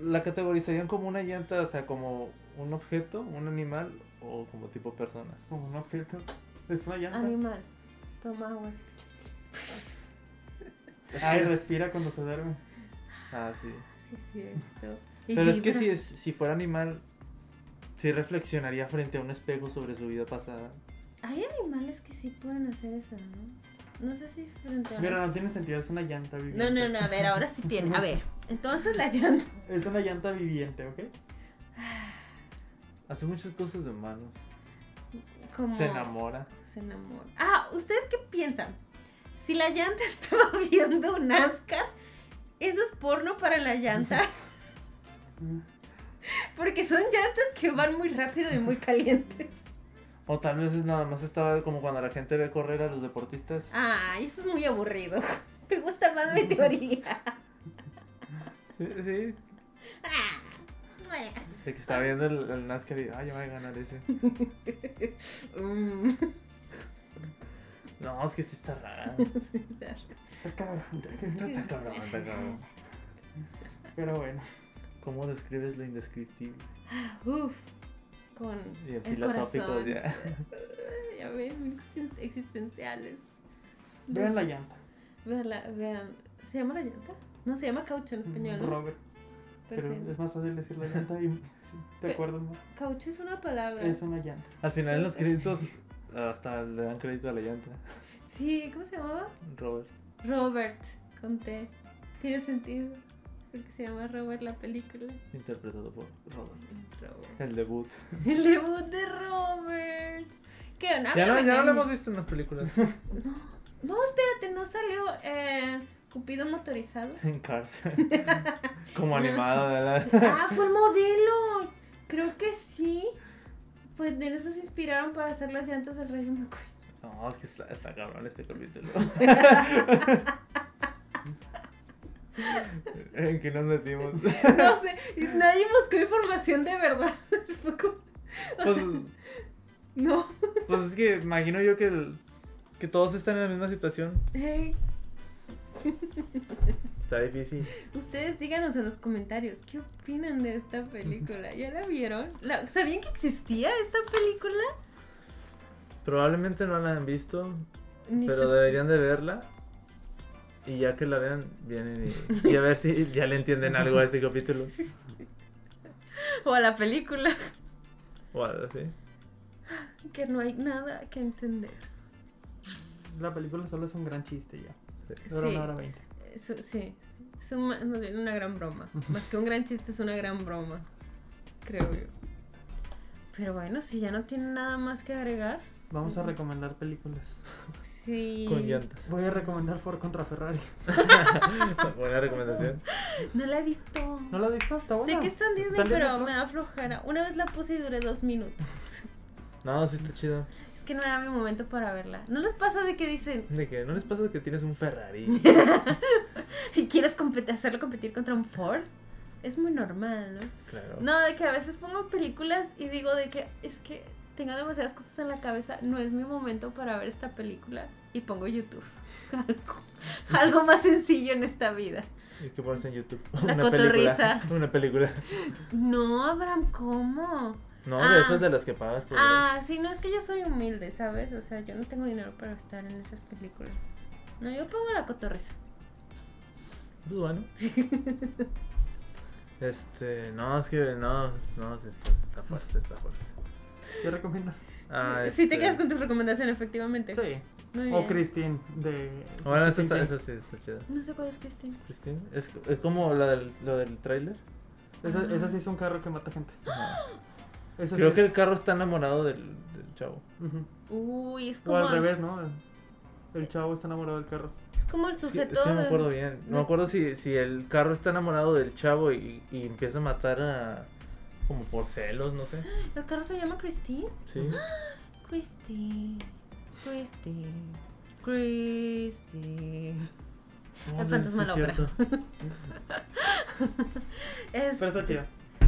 La categorizarían como una llanta, o sea, como un objeto, un animal o como tipo persona. Como un objeto. Es una llanta. Animal, toma agua. así. (laughs) Ay, respira cuando se duerme. Ah, sí. Sí, ah, es cierto. Y Pero es que si, vibra. es, si fuera animal, sí reflexionaría frente a un espejo sobre su vida pasada. Hay animales que sí pueden hacer eso, ¿no? No sé si frente a... Mira, no tiene sentido, es una llanta No, viviente. no, no, a ver, ahora sí tiene. A ver, entonces la llanta... (laughs) Es una llanta viviente, ¿ok? Hace muchas cosas de humanos. Como... Se enamora. Se enamora. Ah, ¿ustedes qué piensan? Si la llanta (laughs) estaba viendo NASCAR, eso es porno para la llanta. Porque son llantas que van muy rápido y muy calientes. O tal vez es nada más estaba como cuando la gente ve correr a los deportistas. Ah. Ay, eso es muy aburrido. (laughs) Me gusta más mi teoría. Sí, sí. De que está viendo el, el NASCAR y, ah, ya voy a ganar ese. (laughs) Mm. No, es que sí está Ah, raro. Está cabrón. Está cabrón, está cabrón. Pero bueno. ¿Cómo describes lo indescriptible? Uf, con Y el en filosófico corazón. ya. Ya ven, existen- existenciales. Vean la llanta. Vean, la- vean. ¿Se llama la llanta? No, se llama caucho en español, ¿no? Robert. Pero Pero sí. es más fácil decir la llanta y (laughs) sí, te Pe- acuerdas más. Caucho es una palabra. Es una llanta. Al final en los créditos hasta le dan crédito a la llanta. Sí, ¿cómo se llamaba? Robert. Robert, con T. Tiene sentido. Porque se llama Robert la película. Interpretado por Robert. Robert. El debut. El debut de Robert. ¿Qué? Ya no, ya no lo hablamos hemos visto en las películas. No, no, espérate, no salió eh, Cupido motorizado. (laughs) En Cars. Como animada de la... (laughs) Ah, fue el modelo. Creo que sí. Pues de eso se inspiraron para hacer las llantas del Rayo McQueen. No, es que está, está cabrón este capítulo. ¿En qué nos metimos? No sé, y nadie buscó información de verdad. (laughs) Fue como- o Pues, sea, no. pues es que imagino yo que, el- que todos están en la misma situación. Hey, Está difícil. Ustedes díganos en los comentarios qué opinan de esta película. ¿Ya la vieron? ¿La- ¿Sabían que existía esta película? Probablemente no la han visto, Ni pero sup- deberían de verla. Y ya que la vean, vienen y, y a ver si ya le entienden algo a este capítulo. O a la película. (laughs) O algo así. Que no hay nada que entender. La película solo es un gran chiste ya. Sí. Dura Sí. una hora veinte. Eso, sí. Es un- más bien una gran broma. Más que un gran chiste, es una gran broma. Creo yo. Pero bueno, si ya no tienen nada más que agregar. Vamos a recomendar películas. Sí. Con (laughs) llantas. Voy a recomendar Ford contra Ferrari. Buena recomendación. No la he visto. ¿No la has visto? Está buena. Sé que está en Disney, ¿Está en pero Disney me Plus? da flojera. Una vez la puse y duré dos minutos. No, sí está chido. Es que no era mi momento para verla. ¿No les pasa de que dicen, (laughs) De que no les pasa que tienes un Ferrari. quieres compet- hacerlo competir contra un Ford? Es muy normal, ¿no? Claro. No, de que a veces pongo películas y digo de que es que tengo demasiadas cosas en la cabeza, no es mi momento para ver esta película y pongo YouTube. (laughs) Algo, algo más sencillo en esta vida. ¿Y qué pones en YouTube? La película. cotorriza. Una película. No, Abraham, ¿cómo? No, Ah. de esas de las que pagas por ver. Ah, sí, no, es que yo soy humilde, ¿sabes? O sea, yo no tengo dinero para estar en esas películas. No, yo pongo la (laughs) cotorriza. Pues bueno. Este, no, es que no, no, sí está, está fuerte, está fuerte. ¿Qué recomiendas? Ah, Si te este, quedas con tu recomendación, efectivamente. Sí. Muy bien. O Christine de. Bueno, esa, Stephen está, King. esa sí está chida. No sé cuál es este. Cristina. Christine, es, es como la del, lo del (gasps) tráiler. Esa, esa sí es un carro que mata gente. Ajá. Esa sí Creo que es- el carro está enamorado del, del chavo. Ujú. Uy, es O como. al revés, ¿no? El chavo está enamorado del carro. Es como el Es que, es sujeto. que no me de- acuerdo bien. No me acuerdo si, si el carro está enamorado del chavo y, y empieza a matar a. como por celos, no sé. ¿El carro se llama Christine? (laughs) Sí. Christine. Christine. Christine. No, El sí, fantasma sí de es la ópera. (laughs) cierto. Es. Pero está chida.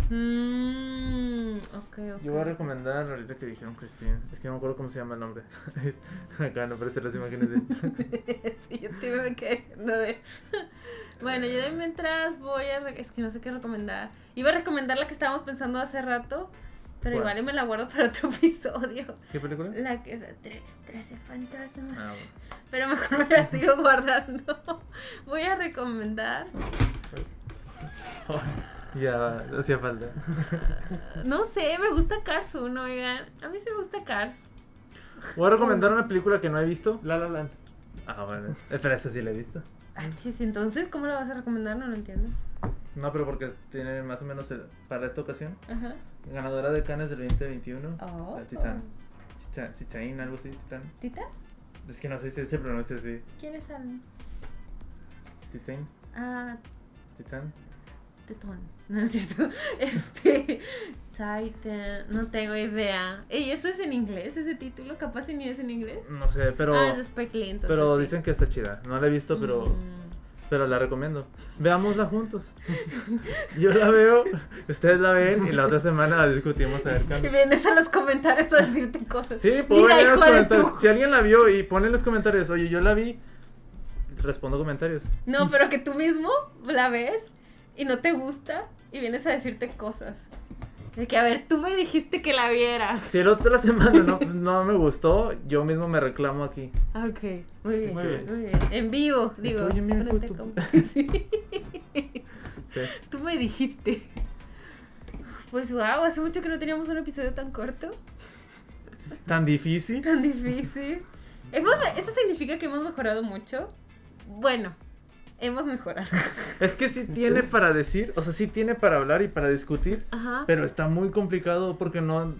Mm, ok, ok. Yo voy a recomendar ahorita que dijeron Christine. Es que no me acuerdo cómo se llama el nombre. (laughs) Es- Acá no aparecen las imágenes de. (laughs) sí, yo te me quedé viendo de. (laughs) Bueno, yo de mientras voy a. re- Es que no sé qué recomendar. Iba a recomendar la que estábamos pensando hace rato, pero ¿Cuál? igual y me la guardo para otro (laughs) episodio. (laughs) ¿Qué película? La que. tre- Trece fantasmas. Ah, Pero mejor me la sigo (laughs) guardando. Voy a recomendar. bueno. ya, hacía falta. No sé, me gusta Cars 1, oigan. A mí sí me gusta Cars. Voy a recomendar una película que no he visto. La La Land. Ah, bueno. Espera, esa sí la he visto. Ah, chis, entonces, ¿cómo la vas a recomendar? No lo entiendo. No, pero porque tiene más o menos eh, para esta ocasión. Ajá. Ganadora de Cannes del 2021. Oh. La Titán. Titán, Titán, algo así, Titán. ¿Tita? Es que no sé si se pronuncia así. ¿Quién es Alan? Titán, Ah, Titán. Tetón. (laughs) No, no es cierto. Este. Titan. No tengo idea. Ey, ¿eso es en inglés? ¿Ese título? Capaz si ni es en inglés. No sé, pero. ah, es de Spike Lee, entonces. pero sí. dicen que está chida. No la he visto, pero. Mm. Pero la recomiendo. Veámosla juntos. Yo la veo, ustedes la ven y la otra semana la discutimos a ver Y (laughs) cuándo. vienes a los comentarios a decirte cosas. Sí, puedo Mira, leer los hijo de comentarios. tu- Si alguien la vio y pone en los comentarios, oye, yo la vi, respondo comentarios. No, pero que tú mismo la ves y no te gusta y vienes a decirte cosas. De que, a ver, tú me dijiste que la viera. Si la otra semana no, pues, no me gustó, yo mismo me reclamo aquí. Ah, Ok, muy bien. Muy bien. muy bien. En vivo, digo. oye, mira, frente hijo de a com- (laughs) Sí. Sí. Tú me dijiste. Pues wow, hace mucho que no teníamos un episodio tan corto, Tan difícil. tan difícil. Hemos, eso significa que hemos mejorado mucho. Bueno, hemos mejorado. Es que sí tiene para decir, o sea, sí tiene para hablar y para discutir, Ajá. pero está muy complicado porque no...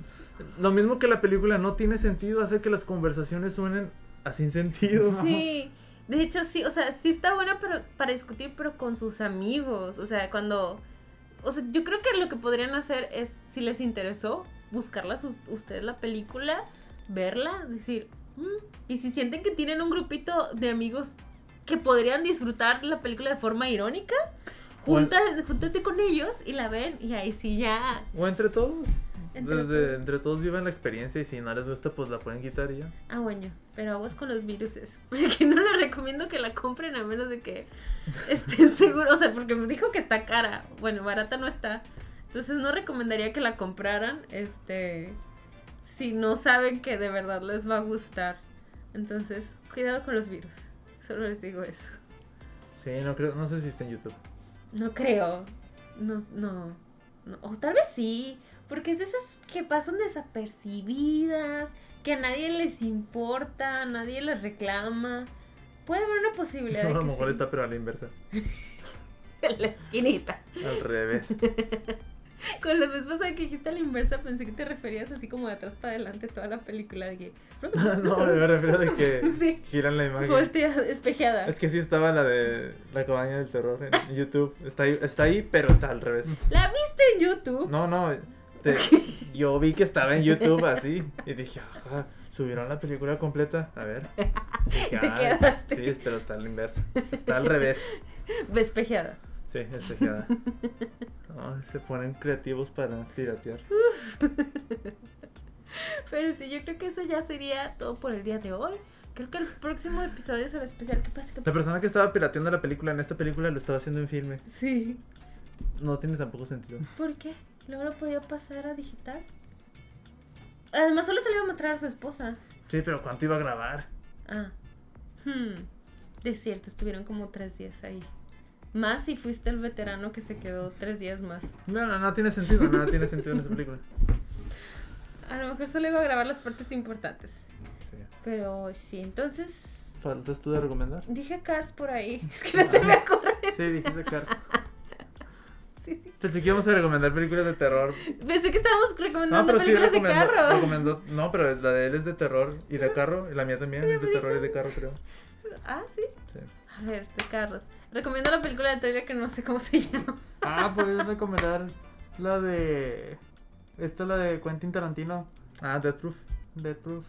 Lo mismo que la película no tiene sentido, hace que las conversaciones suenen a sin sentido. Sí, de hecho sí, o sea, sí está buena pero, para discutir, pero con sus amigos, o sea, cuando... O sea, yo creo que lo que podrían hacer es, si les interesó, buscarla sus- ustedes la película, verla, decir, "Mm", y si sienten que tienen un grupito de amigos que podrían disfrutar la película de forma irónica, Bueno. junta, júntate con ellos y la ven, y ahí sí ya... O entre todos. Entre Desde, todos. entre todos vivan la experiencia y si no les gusta, pues la pueden quitar y ya. Ah, bueno, pero aguas con los viruses, (laughs) porque no les recomiendo que la compren a menos de que estén seguros. O sea, porque me dijo que está cara. Bueno, barata no está. Entonces no recomendaría que la compraran. Este. Si no saben que de verdad les va a gustar. Entonces, cuidado con los virus. Solo les digo eso. Sí, no creo, no sé si está en YouTube. No creo. No, no. no. O tal vez sí. Porque es de esas que pasan desapercibidas, que a nadie les importa, nadie les reclama. Puede haber una (laughs) posibilidad. a de lo que mejor sí. está, pero a la inversa. (laughs) en la esquinita. Al revés. Con la vez pasada que dijiste a la inversa, pensé que te referías así como de atrás para adelante toda la película (laughs) de que. (laughs) no, me refiero de que (laughs) Sí. giran la imagen. Volteada, espejeada. Es que sí estaba la de la cabaña del terror en YouTube. Está ahí, está ahí pero está al revés. ¿La viste en YouTube? No, no. (laughs) te- yo vi que estaba en YouTube así y dije, "Ajá, subieron la película completa. A ver. Dije, (laughs) Y te "Ay, quedaste. Sí, pero está al inverso. Está al revés. Espejeada. Sí, (laughs) espejada. No, se ponen creativos para piratear. Pero sí, yo creo que eso ya sería todo por el día de hoy. Creo que el próximo episodio es el especial. ¿Qué pasa? ¿Qué La pasa? persona que estaba pirateando la película en esta película lo estaba haciendo en filme. Sí. No tiene tampoco sentido. ¿Por qué? Luego lo podía pasar a digital. Además, solo se le iba a mostrar a su esposa. Sí, pero ¿cuánto iba a grabar? Ah. Hmm. De cierto, estuvieron como tres días ahí. Más si fuiste el veterano que se quedó tres días más. No, no, no tiene sentido. Nada tiene sentido en esa película. A lo mejor solo iba a grabar las partes importantes. Sí. Pero sí, entonces. ¿Faltas tú de recomendar? Dije Cars por ahí. (laughs) Es que no se me ocurre. Sí, dijiste Cars. Sí, sí. Pensé que íbamos a recomendar películas de terror. Pensé que estábamos recomendando películas de recomendó- carros. recomendó- no, pero la de él es de terror y de carro. Y la mía también es de terror y de carro, creo. Ah, sí. Sí. A ver, de carros. Recomiendo la película de Troya que no sé cómo se (laughs) llama. Ah, pues. puedes recomendar la de. Esta es la de Quentin Tarantino, Ah, Death Proof. Dead Proof.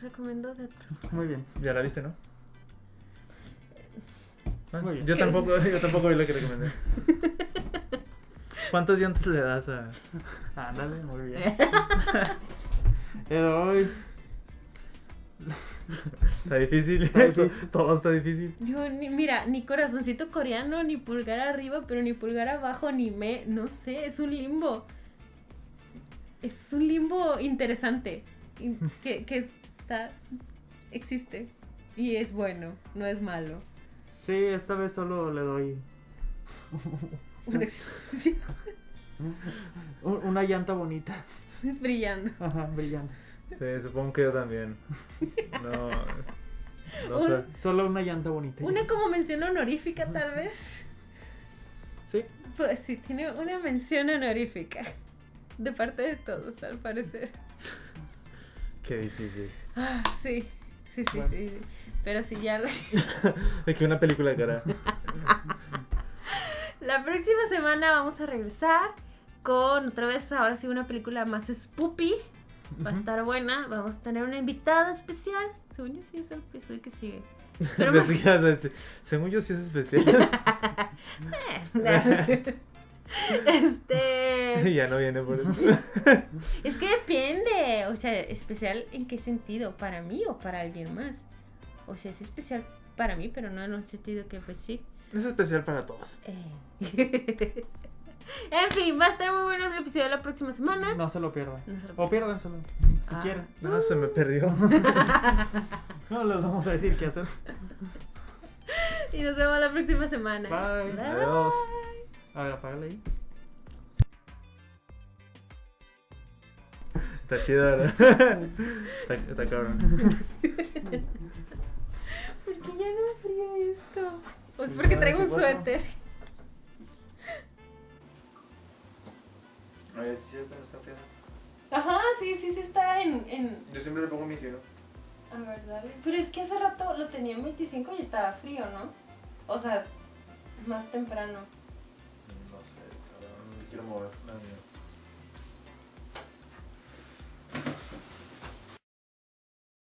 Recomiendo de otro. Muy bien. Ya la viste, ¿no? Ah, Muy bien. yo tampoco, (laughs) yo tampoco vi la que recomendé. ¿Cuántos dientes le das a.? Ándale, muy (laughs) bien. Le doy. Está difícil. (laughs) Está difícil. Todo está difícil. (laughs) Yo, ni, mira, ni corazoncito coreano, ni pulgar arriba, pero ni pulgar abajo, ni me, no sé, es un limbo. Es un limbo interesante, in- que, que está, existe, y es bueno, no es malo. Sí, esta vez solo le doy (laughs) Una (laughs) existencia u- una llanta bonita. brillando. Ajá, brillante. Sí, supongo que yo también. No. No Un- sé. Solo una llanta bonita. Una como mención honorífica, tal vez. Sí, Pues sí, tiene una mención honorífica, de parte de todos, al parecer. Qué difícil. (laughs) Ah, (gasps) sí, sí, sí, Bueno. sí, sí. Pero si ya... lo- Es que una película cara. (laughs) La próxima semana vamos a regresar con otra vez, ahora sí, una película más spoopy. Va a estar buena. Vamos a tener una invitada especial. Según yo, sí es el episodio que sigue. (laughs) Pero Pensé (laughs) que ibas a decir, Según yo sí es especial. (laughs) este. Y ya no viene por eso. Es que depende. O sea, especial en qué sentido. Para mí o para alguien más. O sea, es especial para mí, pero no en un sentido que pues sí. Es especial para todos. Eh. (laughs) en fin, va a estar muy bueno el episodio la próxima semana. no se lo pierdan. No se lo O piérdanselo, si Ah. quieren. Ah, se me perdió. No les vamos a decir qué hacer. Y nos vemos la próxima semana. Bye. Adiós. A ver, apágale ahí. Está chido, ¿verdad? Está, está cabrón. ¿Por qué ya no me fría esto? Pues porque traigo un 44. suéter. Ajá, sí, sí, sí está en, en... Yo siempre le pongo mi cielo. A ver, dale. Pero es que hace rato lo tenía en 25 y estaba frío, ¿no? O sea, más temprano. No sé, no me quiero mover. La mía.